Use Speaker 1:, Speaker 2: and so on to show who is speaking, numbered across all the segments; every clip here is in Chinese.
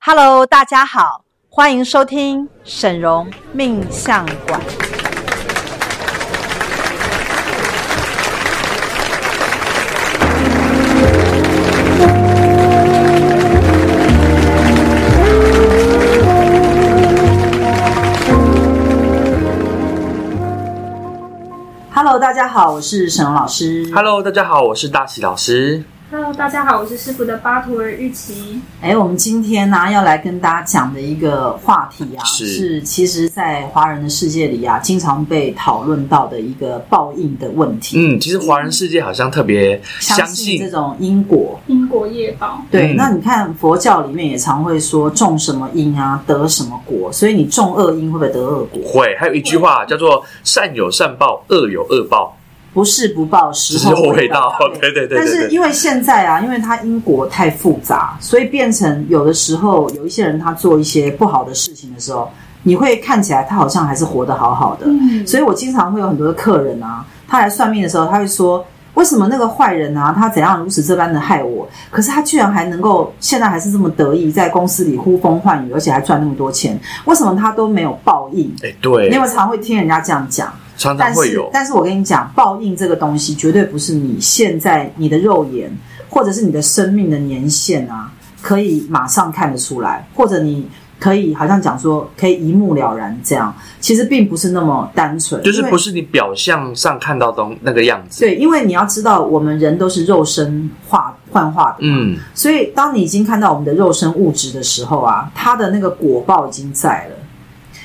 Speaker 1: Hello，大家好，欢迎收听沈荣命相馆。Hello，大家好，我是沈荣老师。
Speaker 2: Hello，大家好，我是大喜老师。
Speaker 3: Hello，大家好，我是师傅的巴图尔玉琪。
Speaker 1: 哎，我们今天呢、要来跟大家讲的一个话题啊，
Speaker 2: 是
Speaker 1: 其实，在华人的世界里啊，经常被讨论到的一个报应的问题。
Speaker 2: 嗯，其实华人世界好像特别相
Speaker 1: 信这
Speaker 2: 信，
Speaker 1: 种因果，
Speaker 3: 英国夜报，
Speaker 1: 对。
Speaker 2: 嗯
Speaker 1: 那你看佛教里面也常会说种什么因啊，得什么果，所以你种恶因会不会得恶果？
Speaker 2: 会还有一句话叫做“善有善报，恶有恶报
Speaker 1: 不是不报，”，
Speaker 2: 只
Speaker 1: 时
Speaker 2: 是
Speaker 1: 候
Speaker 2: 后悔到。 对对对
Speaker 1: 但是
Speaker 2: 对对，
Speaker 1: 因为现在啊，因为它因果太复杂，所以变成有的时候有一些人他做一些不好的事情的时候，你会看起来他好像还是活得好好的。
Speaker 3: 嗯
Speaker 1: 所以我经常会有很多的客人啊，他来算命的时候，他会说。为什么那个坏人啊，他怎样如此这般的害我？可是他居然还能够现在还是这么得意，在公司里呼风唤雨，而且还赚那么多钱，为什么他都没有报应？
Speaker 2: 哎对
Speaker 1: 因，为常会听人家这样讲。
Speaker 2: 常常
Speaker 1: 但
Speaker 2: 会
Speaker 1: 是
Speaker 2: 有，
Speaker 1: 但是我跟你讲，报应这个东西绝对不是你现在你的肉眼或者是你的生命的年限啊，可以马上看得出来，或者你可以好像讲说可以一目了然这样，其实并不是那么单纯，
Speaker 2: 就是
Speaker 1: 因为
Speaker 2: 不是你表象上看到东那个样子。
Speaker 1: 对，因为你要知道，我们人都是肉身化幻化的，
Speaker 2: 嗯，
Speaker 1: 所以当你已经看到我们的肉身物质的时候啊，它的那个果报已经在了。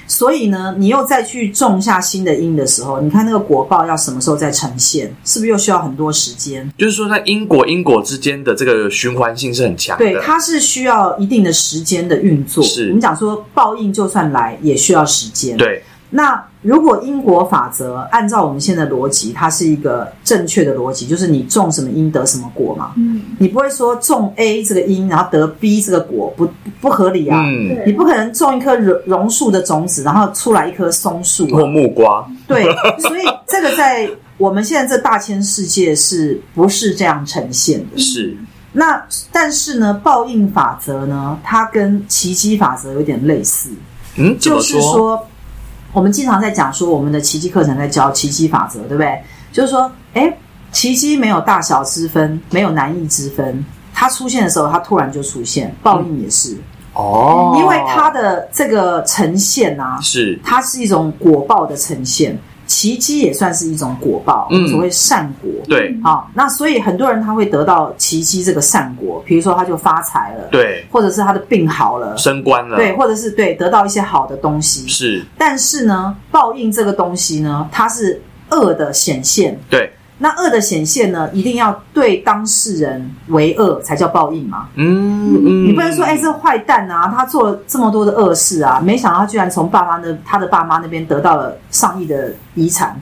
Speaker 1: 所以呢，你又再去种下新的因的时候，你看那个果报要什么时候再呈现，是不是又需要很多时间？
Speaker 2: 就是说在因果因果之间的这个循环性是很强
Speaker 1: 对，
Speaker 2: 的。
Speaker 1: 它是需要一定的时间的运作。
Speaker 2: 是
Speaker 1: 我们讲说报应就算来，也需要时间。
Speaker 2: 对，
Speaker 1: 那如果因果法则按照我们现在的逻辑，它是一个正确的逻辑，就是你种什么因得什么果嘛。
Speaker 3: 嗯，
Speaker 1: 你不会说种 A 这个因，然后得 B 这个果，不不不合理啊。
Speaker 2: 嗯，
Speaker 3: 对
Speaker 1: 你不可能种一棵榕榕树的种子，然后出来一棵松树、
Speaker 2: 或
Speaker 1: 啊。
Speaker 2: 木瓜，
Speaker 1: 对，所以这个在我们现在这大千世界是不是这样呈现的？
Speaker 2: 是
Speaker 1: 那但是呢，报应法则呢，它跟奇迹法则有点类似，
Speaker 2: 嗯，怎
Speaker 1: 就
Speaker 2: 么
Speaker 1: 是说，我们经常在讲说我们的奇迹课程在教奇迹法则，对不对？就是说，哎，奇迹没有大小之分，没有难易之分，它出现的时候，它突然就出现，报应也是，
Speaker 2: 哦，
Speaker 1: 因为它的这个呈现啊，
Speaker 2: 是
Speaker 1: 它是一种果报的呈现，奇迹也算是一种果报，
Speaker 2: 嗯
Speaker 1: 所谓善果。
Speaker 2: 对
Speaker 1: 好，那所以很多人他会得到奇迹这个善果，比如说他就发财了，，
Speaker 2: 对
Speaker 1: 或者是他的病好了，
Speaker 2: 升官了，
Speaker 1: 对，或者是对得到一些好的东西。
Speaker 2: 是
Speaker 1: 但是呢，报应这个东西呢，它是恶的显现。
Speaker 2: 对，
Speaker 1: 那恶的显现呢，一定要对当事人为恶才叫报应嘛。
Speaker 2: 嗯嗯，
Speaker 1: 你不能说，哎、这坏蛋啊，他做了这么多的恶事啊，没想到他居然从爸妈那他的爸妈那边得到了上亿的遗产。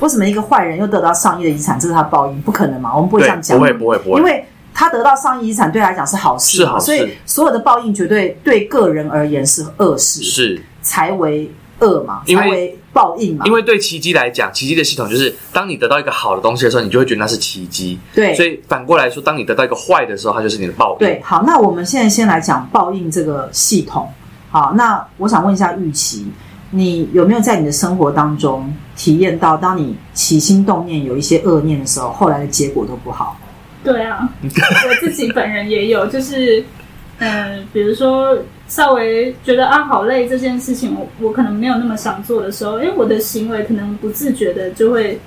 Speaker 1: 为什么一个坏人又得到上亿的遗产？这是他的报应，不可能嘛？我们不会
Speaker 2: 对
Speaker 1: 这样讲，
Speaker 2: 不会不会不会
Speaker 1: 因为他得到上亿遗产对他来讲是好事嘛，
Speaker 2: 是好事
Speaker 1: 所以所有的报应绝对对个人而言是恶事，
Speaker 2: 是
Speaker 1: 才为恶嘛，
Speaker 2: 因为
Speaker 1: 才为报应嘛，
Speaker 2: 因为对奇迹来讲，奇迹的系统就是，当你得到一个好的东西的时候，你就会觉得那是奇迹。
Speaker 1: 对
Speaker 2: 所以反过来说，当你得到一个坏的时候，它就是你的报应。
Speaker 1: 对，好，那我们现在先来讲报应这个系统。好，那我想问一下玉琪，你有没有在你的生活当中体验到，当你起心动念有一些恶念的时候，后来的结果都不好？
Speaker 3: 对啊，我自己本人也有，就是嗯、呃比如说稍微觉得啊好累这件事情，我我可能没有那么想做的时候，因为我的行为可能不自觉的就会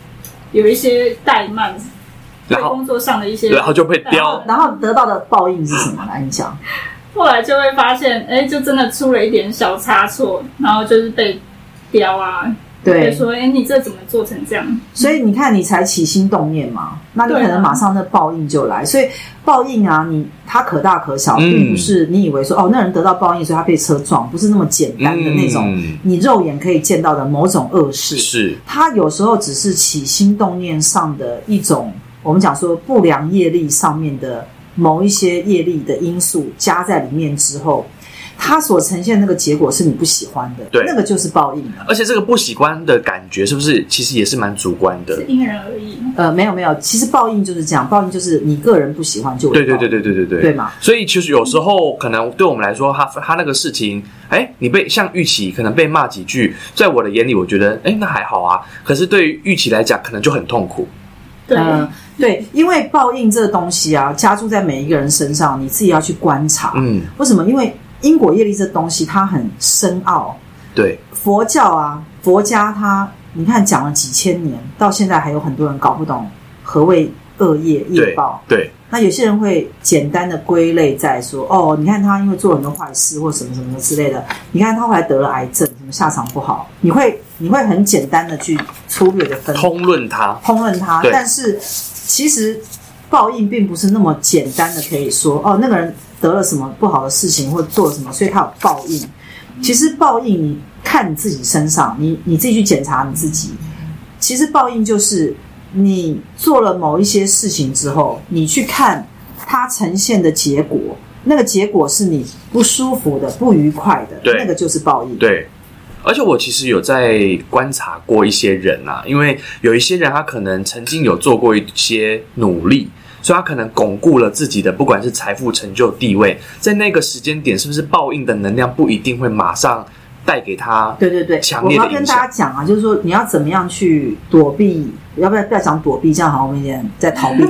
Speaker 3: 有一些怠慢，对
Speaker 2: 然后
Speaker 3: 工作上的一些，
Speaker 2: 然后 就被
Speaker 3: 然
Speaker 2: 雕
Speaker 3: 后，
Speaker 1: 然后得到的报应是什么？来，你讲。
Speaker 3: 后来就会发现，哎，就真的出了一点小差错，然后就是被雕啊，被
Speaker 1: 对，
Speaker 3: 说哎你这怎么做成这样？
Speaker 1: 所以你看，你才起心动念嘛，那你可
Speaker 3: 对啊
Speaker 1: 能马上那报应就来。所以报应啊，你它可大可小，并不
Speaker 2: 嗯
Speaker 1: 是你以为说哦，那人得到报应，所以他被车撞，不是那么简单的那种，
Speaker 2: 嗯、
Speaker 1: 你肉眼可以见到的某种恶事。
Speaker 2: 是
Speaker 1: 它有时候只是起心动念上的一种，我们讲说不良业力上面的某一些业力的因素加在里面之后，它所呈现那个结果是你不喜欢的，
Speaker 2: 对
Speaker 1: 那个就是报应了。
Speaker 2: 而且这个不喜欢的感觉，是不是其实也是蛮主观的
Speaker 3: 是？因人而异。
Speaker 1: 呃，没有没有，其实报应就是这样，报应就是你个人不喜欢就会
Speaker 2: 对对
Speaker 1: 报
Speaker 2: 对对对对对
Speaker 1: 对嘛。
Speaker 2: 所以其实有时候可能对我们来说，他他那个事情，哎，你被像玉琪可能被骂几句，在我的眼里，我觉得哎那还好啊。可是对于玉琪来讲，可能就很痛苦。
Speaker 3: 对，
Speaker 1: 嗯对，因为报应这个东西啊，加注在每一个人身上，你自己要去观察。
Speaker 2: 嗯，
Speaker 1: 为什么？因为因果业力这东西它很深奥，
Speaker 2: 对
Speaker 1: 佛教啊，佛家它你看讲了几千年，到现在还有很多人搞不懂何谓恶业业
Speaker 2: 对
Speaker 1: 报。
Speaker 2: 对
Speaker 1: 那有些人会简单的归类在说，哦，你看他因为做很多坏事或什么什么之类的，你看他后来得了癌症，什么下场不好，你会你会很简单的去粗略的分
Speaker 2: 通论他，
Speaker 1: 烹饪他，
Speaker 2: 对
Speaker 1: 但是其实报应并不是那么简单的可以说哦，那个人得了什么不好的事情或做了什么，所以他有报应。其实报应你看你自己身上，你你自己去检查你自己。其实报应就是你做了某一些事情之后，你去看它呈现的结果，那个结果是你不舒服的、不愉快的，
Speaker 2: 对
Speaker 1: 那个就是报应。
Speaker 2: 对。而且我其实有在观察过一些人啊，因为有一些人他可能曾经有做过一些努力，所以他可能巩固了自己的不管是财富、成就、地位，在那个时间点，是不是报应的能量不一定会马上带给他？
Speaker 1: 对对对，
Speaker 2: 强
Speaker 1: 我
Speaker 2: 烈的
Speaker 1: 要跟
Speaker 2: 影
Speaker 1: 大
Speaker 2: 响
Speaker 1: 家讲啊，就是说你要怎么样去躲避，要不要不要讲躲避，这样好像我们有点在逃 避。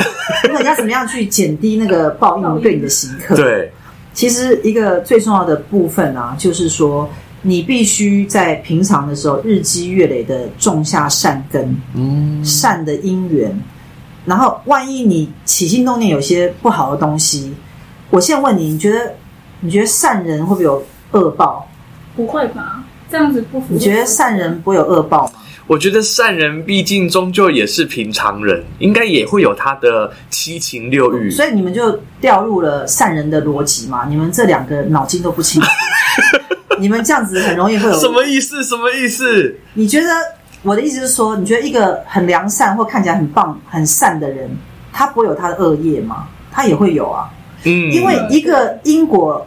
Speaker 1: 那你要怎么样去减低那个报
Speaker 3: 报应
Speaker 1: 应对你的行客？，
Speaker 2: 对，
Speaker 1: 其实一个最重要的部分啊，就是说你必须在平常的时候日积月累的种下善根、
Speaker 2: 嗯，
Speaker 1: 善的因缘。然后，万一你起心动念有些不好的东西，我现在问你，你觉得你觉得善人会不会有恶报？
Speaker 3: 不会吧？这样子不符合。
Speaker 1: 你觉得善人不会有恶报吗？
Speaker 2: 我觉得善人毕竟终究也是平常人，应该也会有他的七情六欲。
Speaker 1: 所以你们就掉入了善人的逻辑嘛？你们这两个脑筋都不 清楚，你们这样子很容易会
Speaker 2: 什
Speaker 1: 有。
Speaker 2: 么意思？什么意思？
Speaker 1: 你觉得我的意思是说，你觉得一个很良善或看起来很棒、很善的人，他不会有他的恶业吗？他也会有啊，
Speaker 2: 嗯，
Speaker 1: 因为一个因果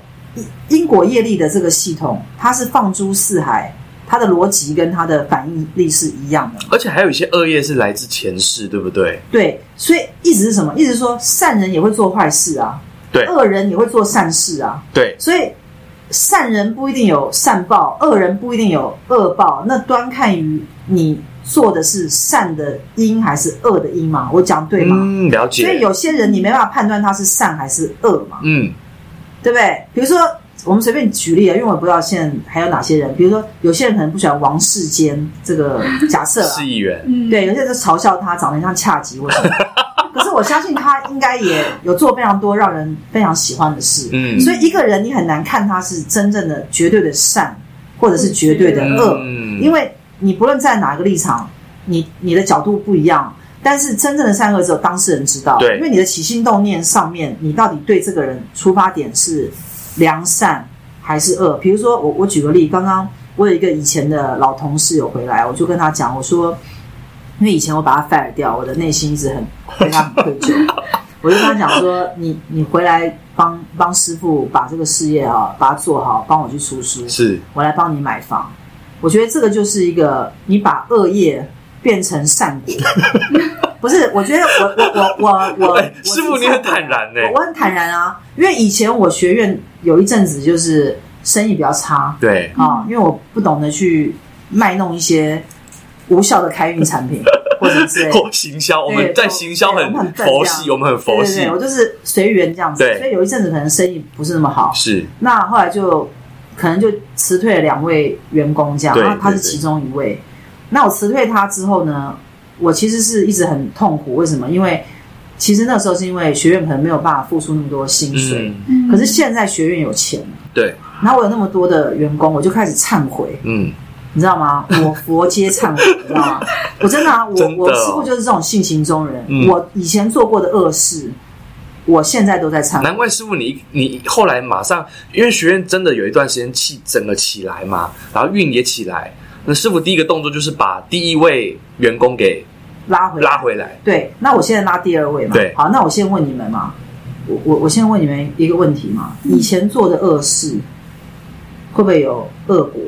Speaker 1: 因果业力的这个系统，它是放诸四海，它的逻辑跟它的反应力是一样的。
Speaker 2: 而且还有一些恶业是来自前世，对不对？
Speaker 1: 对，所以意思是什么？意思是说，善人也会做坏事啊，
Speaker 2: 对
Speaker 1: 恶人也会做善事啊。
Speaker 2: 对，
Speaker 1: 所以善人不一定有善报，恶人不一定有恶报，那端看于你做的是善的因还是恶的因嘛？我讲对吗？
Speaker 2: 嗯，了解。
Speaker 1: 所以有些人你没办法判断他是善还是恶嘛，
Speaker 2: 嗯，
Speaker 1: 对不对？比如说我们随便举例啊，因为我不知道现在还有哪些人，比如说有些人可能不喜欢王世坚这个假设啊
Speaker 2: 市，议员，
Speaker 3: 嗯，
Speaker 1: 对，有些人就嘲笑他长得像恰吉或什么。可是我相信他应该也有做非常多让人非常喜欢的事，
Speaker 2: 嗯，
Speaker 1: 所以一个人你很难看他是真正的绝对的善，或者是绝对的恶，
Speaker 2: 嗯
Speaker 1: 因为你不论在哪一个立场，你你的角度不一样，但是真正的善恶只有当事人知道。
Speaker 2: 对
Speaker 1: 因为你的起心动念上面，你到底对这个人出发点是良善还是恶？比如说我我举个例，刚刚我有一个以前的老同事有回来，我就跟他讲，我说。因为以前我把他 fire 掉，我的内心一 直很对他很愧疚。我就跟他讲说，你你回来帮帮师傅把这个事业啊，把它做好，帮我去出书，
Speaker 2: 是
Speaker 1: 我来帮你买房。我觉得这个就是一个你把恶业变成善果，不是？我觉得我我我我我
Speaker 2: 哎，师傅
Speaker 1: 我是
Speaker 2: 你很坦然呢
Speaker 1: 我我很坦然啊，因为以前我学院有一阵子就是生意比较差，
Speaker 2: 对，
Speaker 1: 啊、因为我不懂得去卖弄一些无效的开运产品或者 之类的。
Speaker 2: 或哦行销，我们
Speaker 1: 对
Speaker 2: 在
Speaker 1: 我
Speaker 2: 行销
Speaker 1: 对我们
Speaker 2: 很
Speaker 1: 很笨
Speaker 2: 佛
Speaker 1: 这样
Speaker 2: 系，我们很
Speaker 1: 对
Speaker 2: 佛
Speaker 1: 对
Speaker 2: 系
Speaker 1: 对，，我就是随缘这样子，
Speaker 2: 对
Speaker 1: 所以有一阵子可能生意不是那么好，
Speaker 2: 是
Speaker 1: 那后来就可能就辞退了两位员工这样，
Speaker 2: 对
Speaker 1: 然后他是
Speaker 2: 对对
Speaker 1: 其中一位。那我辞退他之后呢，我其实是一直很痛苦，为什么？因为其实那时候是因为学院可能没有办法付出那么多薪水，
Speaker 2: 嗯，
Speaker 3: 嗯
Speaker 1: 可是现在学院有钱了，
Speaker 2: 对，
Speaker 1: 然后我有那么多的员工，我就开始忏悔，
Speaker 2: 嗯，
Speaker 1: 你知道吗？我佛皆忏悔，你知道吗？我真的啊，我
Speaker 2: 真的哦
Speaker 1: 我师傅就是这种性情中人。
Speaker 2: 嗯
Speaker 1: 我以前做过的恶事，我现在都在忏悔。
Speaker 2: 难怪师傅你你后来马上，因为学院真的有一段时间气整个起来嘛，然后运也起来，那师傅第一个动作就是把第一位员工给
Speaker 1: 拉回来，
Speaker 2: 拉回来，
Speaker 1: 对，那我现在拉第二位嘛。
Speaker 2: 对
Speaker 1: 好，那我先问你们嘛，我我我先问你们一个问题嘛，
Speaker 3: 嗯
Speaker 1: 以前做的恶事，会不会有恶果？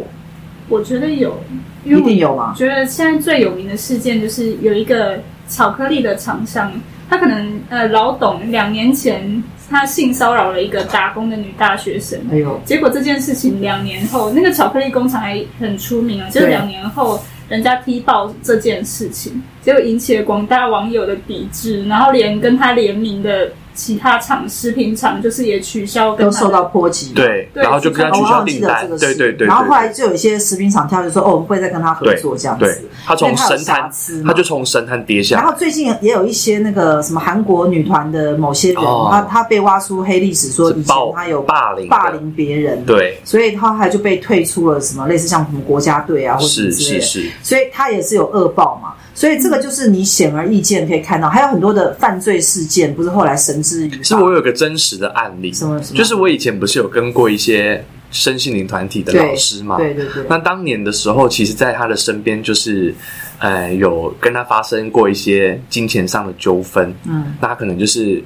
Speaker 3: 我觉得有，因
Speaker 1: 一
Speaker 3: 为
Speaker 1: 定
Speaker 3: 我
Speaker 1: 有嘛？
Speaker 3: 觉得现在最有名的事件就是有一个巧克力的厂商，他可能呃老董两年前他性骚扰了一个打工的女大学生，
Speaker 1: 哎呦，
Speaker 3: 结果这件事情两年后，那个巧克力工厂还很出名啊，就是
Speaker 1: 对
Speaker 3: 两年后人家踢爆这件事情，结果引起了广大网友的抵制，然后连跟他联名的其他厂食品厂就是也取消跟
Speaker 1: 都
Speaker 3: 他
Speaker 1: 受到波及。
Speaker 2: 对，
Speaker 3: 对
Speaker 2: 然后就
Speaker 3: 只
Speaker 2: 跟他
Speaker 1: 哦
Speaker 2: 取
Speaker 1: 我
Speaker 2: 消
Speaker 1: 好像记
Speaker 2: 订
Speaker 1: 得
Speaker 2: 单
Speaker 1: 这，个事，
Speaker 2: 对对对，
Speaker 1: 然后后
Speaker 2: 对
Speaker 1: 来就有一些食品厂跳就说，哦，我们不会再跟他合作这样
Speaker 2: 对
Speaker 1: 子。
Speaker 2: 他
Speaker 1: 因
Speaker 2: 从
Speaker 1: 为他有
Speaker 2: 神
Speaker 1: 瑕
Speaker 2: 坛
Speaker 1: 疵，嘛
Speaker 2: 他就从神坛跌下
Speaker 1: 然
Speaker 2: 来，
Speaker 1: 后最近也有一些那个什么韩国女团的某些人，
Speaker 2: 哦
Speaker 1: 他他被挖出黑历史，说以
Speaker 2: 是
Speaker 1: 前
Speaker 2: 暴
Speaker 1: 他有
Speaker 2: 霸凌的
Speaker 1: 霸，凌别人，
Speaker 2: 对，
Speaker 1: 所以他还就被退出了什么类似像什么国家队啊，或者什么
Speaker 2: 是
Speaker 1: 之类
Speaker 2: 是
Speaker 1: 的。
Speaker 2: 是，
Speaker 1: 所以他也是有恶报嘛。所以这个就是你显而易见可以看到，还有很多的犯罪事件，不是后来绳之于法。
Speaker 2: 是我有个真实的案例，
Speaker 1: 什么什么
Speaker 2: 就是我以前不是有跟过一些身心灵团体的
Speaker 1: 对
Speaker 2: 老师嘛，
Speaker 1: 对对 对，
Speaker 2: 那当年的时候，其实在他的身边就是，呃，有跟他发生过一些金钱上的纠纷，
Speaker 1: 嗯，
Speaker 2: 那他可能就是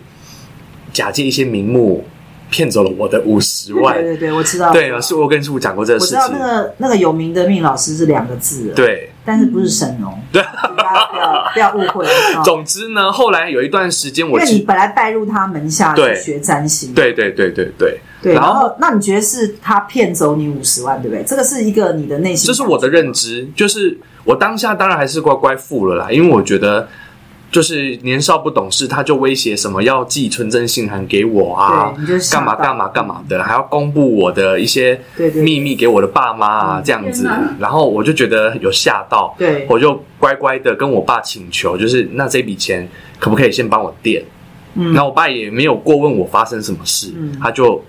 Speaker 2: 假借一些名目骗走了我的五十
Speaker 1: 对
Speaker 2: 万。
Speaker 1: 对对，我知道，
Speaker 2: 对，是我跟师傅讲过这个
Speaker 1: 我
Speaker 2: 事
Speaker 1: 知道
Speaker 2: 情
Speaker 1: 那。个那个有名的命老师是两个字，，
Speaker 2: 对，
Speaker 1: 但是不是神 农，对，大家不要不要误会啊。哦
Speaker 2: 总之呢，后来有一段时间
Speaker 1: 因
Speaker 2: 我
Speaker 1: 为
Speaker 2: 是
Speaker 1: 你本来拜入他门下去
Speaker 2: 对
Speaker 1: 学占星，
Speaker 2: 对对对对对，
Speaker 1: 对，然
Speaker 2: 然后
Speaker 1: 后那你觉得是他骗走你五十万，对不对？这个是一个你的内心，
Speaker 2: 这是我的认
Speaker 1: 知，
Speaker 2: 知，就是我当下当然还是乖乖付了啦，因为我觉得就是年少不懂事，他就威胁什么要寄存真信函给我啊
Speaker 1: 对，，你就吓
Speaker 2: 干嘛
Speaker 1: 到
Speaker 2: 干嘛干嘛的，还要公布我的一些
Speaker 1: 对对
Speaker 2: 秘密给我的爸妈啊，这样子
Speaker 3: 天哪，
Speaker 2: 然后我就觉得有吓到，
Speaker 1: 对
Speaker 2: 我就乖乖的跟我爸请求，就是那这笔钱可不可以先帮我垫？
Speaker 1: 嗯
Speaker 2: 然后我爸也没有过问我发生什么事，
Speaker 1: 嗯
Speaker 2: 他就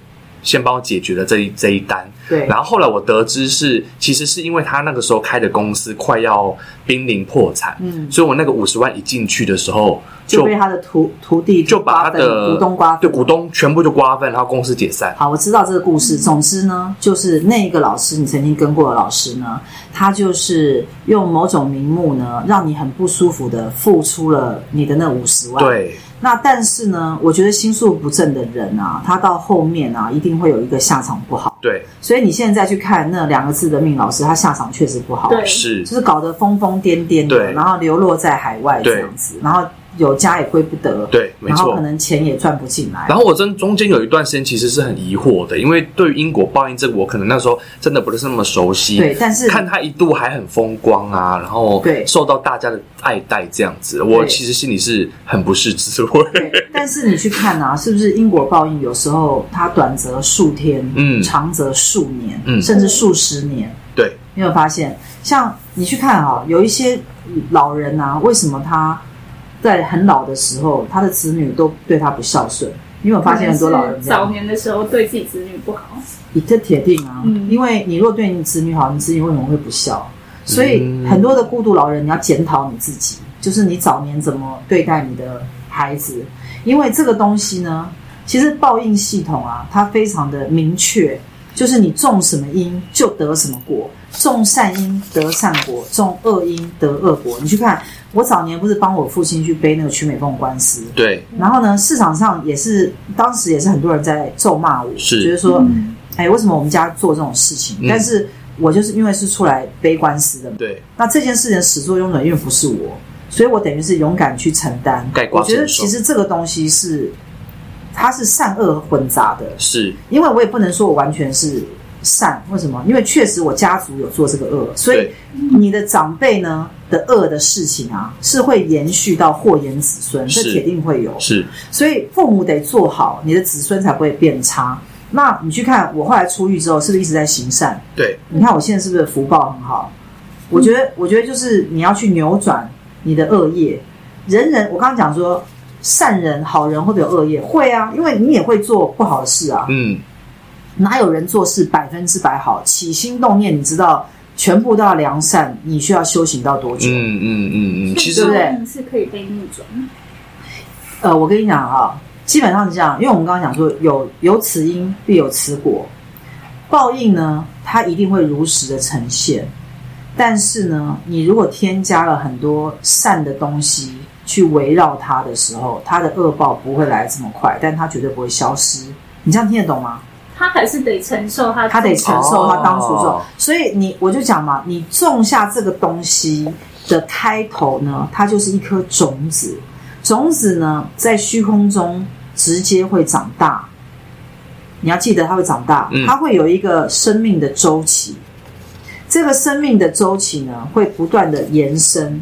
Speaker 2: 先帮我解决了这一这一单。
Speaker 1: 对
Speaker 2: 然后后来我得知是，其实是因为他那个时候开的公司快要濒临破产，
Speaker 1: 嗯
Speaker 2: 所以我那个五十万一进去的时候
Speaker 1: 就被他的徒徒弟
Speaker 2: 就把他的
Speaker 1: 股东瓜分
Speaker 2: 对股东全部就瓜分，然后公司解散。
Speaker 1: 好，我知道这个故事。总之呢，就是那个老师，你曾经跟过的老师呢，他就是用某种名目呢，让你很不舒服的付出了你的那五十万。。
Speaker 2: 对，
Speaker 1: 那但是呢，我觉得心术不正的人啊，他到后面啊，一定会有一个下场不好。
Speaker 2: 对，
Speaker 1: 所以你现在再去看那两个字的命老师，他下场确实不好。
Speaker 3: 对
Speaker 2: 是，
Speaker 1: 就是搞得疯疯癫癫的，
Speaker 2: 对
Speaker 1: 然后流落在海外这样子，然后有家也归不得，
Speaker 2: 对，没
Speaker 1: 然后
Speaker 2: 错
Speaker 1: 可。能钱也赚不进来。
Speaker 2: 然后我真中间有一段时间其实是很疑惑的，因为对于因果报应这个，我可能那时候真的不是那么熟悉。
Speaker 1: 对，但是
Speaker 2: 看他一度还很风光啊，然后
Speaker 1: 对
Speaker 2: 受到大家的爱戴这样子，我
Speaker 1: 对
Speaker 2: 其实心里是很不是滋味。
Speaker 1: 对，但是你去看啊，是不是因果报应？有时候它短则数天，
Speaker 2: 嗯
Speaker 1: 长则数年，
Speaker 2: 嗯
Speaker 1: 甚至数十年。
Speaker 2: 对，
Speaker 1: 你有发现？像你去看啊，有一些老人啊，为什么他在很老的时候，他的子女都对他不孝顺？你有没有发现很多老人这
Speaker 3: 早
Speaker 1: 样，
Speaker 3: 年的时候对自己子女不好，
Speaker 1: 你这铁定啊，
Speaker 3: 嗯
Speaker 1: 因为你若对你子女好，你子女为什么会不孝？所以
Speaker 2: 嗯
Speaker 1: 很多的孤独老人，你要检讨你自己，就是你早年怎么对待你的孩子，因为这个东西呢，其实报应系统啊，它非常的明确，就是你种什么因就得什么果，种善因得善果，种恶因得恶果。你去看，我早年不是帮我父亲去背那个曲美凤官司，
Speaker 2: 对，
Speaker 1: 然后呢，市场上也是当时也是很多人在咒骂我，
Speaker 2: 是
Speaker 1: 觉得说，
Speaker 3: 嗯
Speaker 1: 哎，为什么我们家做这种事情？
Speaker 2: 嗯
Speaker 1: 但是我就是因为是出来背官司的嘛，
Speaker 2: 对，
Speaker 1: 那这件事情的始作俑者因为不是我，所以我等于是勇敢去承担
Speaker 2: 盖。瓜
Speaker 1: 我觉得
Speaker 2: 承受
Speaker 1: 其实这个东西是，它是善恶混杂的，
Speaker 2: 是，
Speaker 1: 因为我也不能说我完全是善，为什么？因为确实我家族有做这个恶，所以
Speaker 2: 对
Speaker 1: 你的长辈呢的恶的事情啊，是会延续到祸延子孙，这
Speaker 2: 是
Speaker 1: 铁定会有。
Speaker 2: 是，
Speaker 1: 所以父母得做好，你的子孙才不会变差。那你去看我后来出狱之后，是不是一直在行善？
Speaker 2: 对，
Speaker 1: 你看我现在是不是福报很好？我觉得，我觉得就是你要去扭转你的恶业。人人，我刚刚讲说，善人、好人会不会有恶业？会啊，因为你也会做不好的事啊。
Speaker 2: 嗯，
Speaker 1: 哪有人做事百分之百好？起心动念，你知道全部都要良善，你需要修行到多
Speaker 2: 嗯
Speaker 1: 久？
Speaker 2: 嗯嗯嗯，其
Speaker 1: 对
Speaker 2: 实
Speaker 1: 不对
Speaker 3: 报应是可以被逆转，
Speaker 1: 呃，我跟你讲啊，基本上是这样，因为我们刚刚讲说有有此因必有此果，报应呢，它一定会如实的呈现。但是呢，你如果添加了很多善的东西去围绕它的时候，它的恶报不会来这么快，但它绝对不会消失。你这样听得懂吗？
Speaker 3: 它他还是得承受他
Speaker 1: 他得
Speaker 3: 自己
Speaker 1: 承受他当初做，
Speaker 2: 哦
Speaker 1: 所以你我就讲嘛，你种下这个东西的开头呢，它就是一颗种子，种子呢在虚空中直接会长大。你要记得，它会长大，
Speaker 2: 嗯
Speaker 1: 它会有一个生命的周期。这个生命的周期呢，会不断的延伸，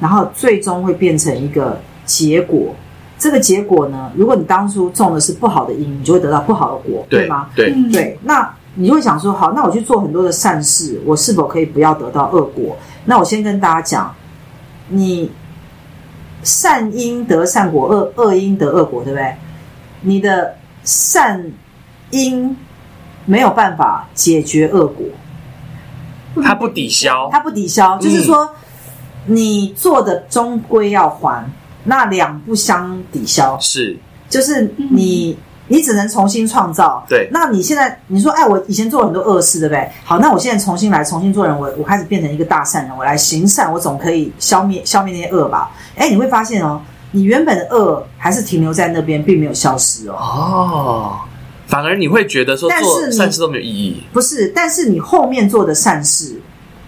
Speaker 1: 然后最终会变成一个结果。这个结果呢，如果你当初种的是不好的因，你就会得到不好的果，对
Speaker 2: 对
Speaker 1: 吗？
Speaker 2: 对，
Speaker 3: 嗯，
Speaker 1: 对，那你会想说，好，那我去做很多的善事，我是否可以不要得到恶果？那我先跟大家讲，你善因得善果，恶恶因得恶果，对不对？你的善因没有办法解决恶果，嗯
Speaker 2: 他不抵消，
Speaker 1: 它不抵消，就是说、你做的终归要还，那两不相抵消。
Speaker 2: 是
Speaker 1: 就是你、你只能重新创造。
Speaker 2: 对
Speaker 1: 那你现在你说，哎，我以前做了很多恶事，对不对？好，那我现在重新来，重新做人，我我开始变成一个大善人，我来行善，我总可以消灭消灭那些恶吧？哎，你会发现哦，你原本的恶还是停留在那边，并没有消失哦。
Speaker 2: 哦，反而你会觉得说
Speaker 1: 但是
Speaker 2: 做
Speaker 1: 你
Speaker 2: 善事都没有意义，
Speaker 1: 不是，但是你后面做的善事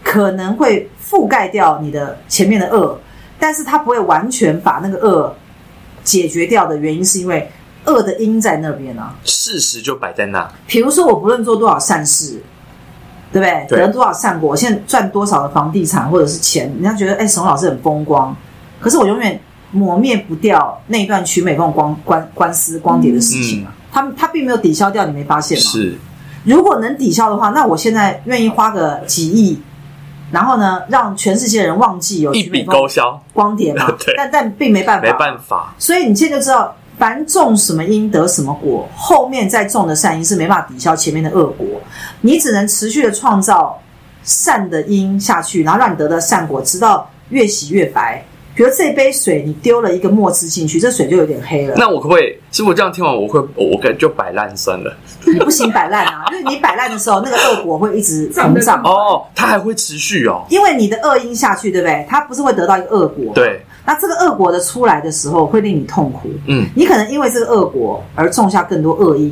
Speaker 1: 可能会覆盖掉你的前面的恶，但是它不会完全把那个恶解决掉的原因，是因为恶的因在那边啊。
Speaker 2: 事实就摆在那，
Speaker 1: 比如说，我不论做多少善事，对不对？
Speaker 2: 对
Speaker 1: 得多少善果，我现在赚多少的房地产或者是钱，人家觉得哎，沈老师很风光，可是我永远抹灭不掉那一段曲美凤光官官司光碟的事情啊。他他并没有抵消掉，你没发现吗？
Speaker 2: 嗯是
Speaker 1: 如果能抵消的话，那我现在愿意花个几亿，然后呢，让全世界人忘记有
Speaker 2: 一
Speaker 1: 曲
Speaker 2: 笔
Speaker 1: 美
Speaker 2: 勾
Speaker 1: 凤
Speaker 2: 销，
Speaker 1: 光碟嘛
Speaker 2: 对。
Speaker 1: 但但并没办法，
Speaker 2: 没办法，
Speaker 1: 所以你现在就知道，凡种什么因得什么果，后面再种的善因是没办法抵消前面的恶果，你只能持续的创造善的因下去，然后让你得到善果，直到越洗越白。比如这杯水，你丢了一个墨汁进去，这水就有点黑了。
Speaker 2: 那我可不可以？是不是这样听完我会我我跟就摆烂算了？
Speaker 1: 你不行摆烂啊，因为你摆烂的时候，那个恶果会一直膨胀，
Speaker 2: 哦，它还会持续哦，
Speaker 1: 因为你的恶因下去，对不对？它不是会得到一个恶果。。
Speaker 2: 对，
Speaker 1: 那这个恶果的出来的时候，会令你痛苦。
Speaker 2: 嗯，
Speaker 1: 你可能因为这个恶果而种下更多恶因，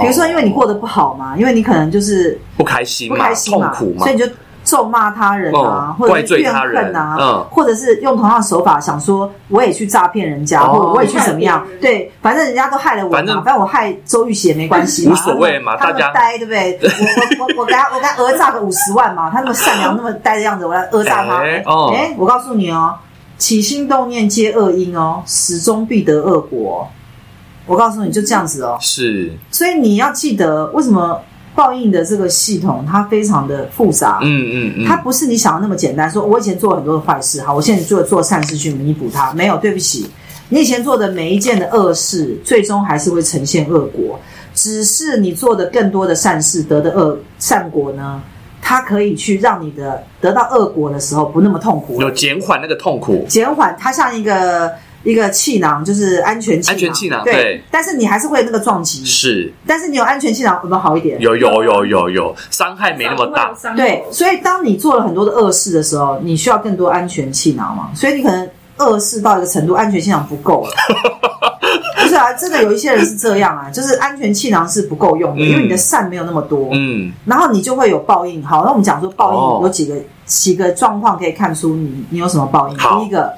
Speaker 1: 比
Speaker 2: 哦
Speaker 1: 如说，因为你过得不好嘛，因为你可能就是
Speaker 2: 不开心
Speaker 1: 不
Speaker 2: 嘛，
Speaker 1: 开心嘛，
Speaker 2: 痛苦嘛
Speaker 1: 所以，你就咒骂他人啊，
Speaker 2: 嗯
Speaker 1: 或者
Speaker 2: 怪
Speaker 1: 是
Speaker 2: 罪
Speaker 1: 怨
Speaker 2: 他人
Speaker 1: 恨啊，
Speaker 2: 嗯
Speaker 1: 或者是用同样的手法想说我也去诈骗人家，
Speaker 2: 哦
Speaker 1: 或者我也去怎么样
Speaker 3: 害别，人
Speaker 1: 对，反正人家都害了我嘛，
Speaker 2: 反正
Speaker 1: 反正我害周玉玺也没关系嘛，
Speaker 2: 无所谓嘛
Speaker 1: 他那么
Speaker 2: 大家
Speaker 1: 他那么呆对不对？我我我我给他我给他讹诈个五十万嘛，他那么善良那么呆的样子，我来讹诈他，
Speaker 2: 哎
Speaker 1: 哎
Speaker 2: 哦，
Speaker 1: 哎我告诉你哦，起心动念皆恶因哦，始终必得恶果哦，我告诉你就这样子哦。
Speaker 2: 是，
Speaker 1: 所以你要记得，为什么报应的这个系统它非常的复杂，
Speaker 2: 嗯嗯嗯，
Speaker 1: 它不是你想的那么简单。说我以前做了很多的坏事，好，我现在做做善事去弥补它，没有，对不起，你以前做的每一件的恶事，最终还是会呈现恶果，只是你做的更多的善事得的恶善果呢，它可以去让你的得到恶果的时候不那么痛苦，
Speaker 2: 有减缓那个痛苦，
Speaker 1: 减缓，它像一个。一个气囊就是安全气囊，
Speaker 2: 安全气囊
Speaker 1: 对，
Speaker 2: 对
Speaker 1: 但是你还是会有那个撞击，
Speaker 2: 是
Speaker 1: 但是你有安全气囊，有没有啊好一点？
Speaker 2: 有有有有有，伤害没那么大，，
Speaker 1: 对，所以当你做了很多的恶事的时候，你需要更多安全气囊嘛。所以你可能恶事到一个程度，安全气囊不够 了。不是啊，真的有一些人是这样啊，就是安全气囊是不够用的，
Speaker 2: 嗯
Speaker 1: 因为你的善没有那么多，
Speaker 2: 嗯，
Speaker 1: 然后你就会有报应。好，那我们讲说报
Speaker 2: 哦
Speaker 1: 应有几个、几个状况可以看出你你有什么报应。
Speaker 2: 好
Speaker 1: 第一个，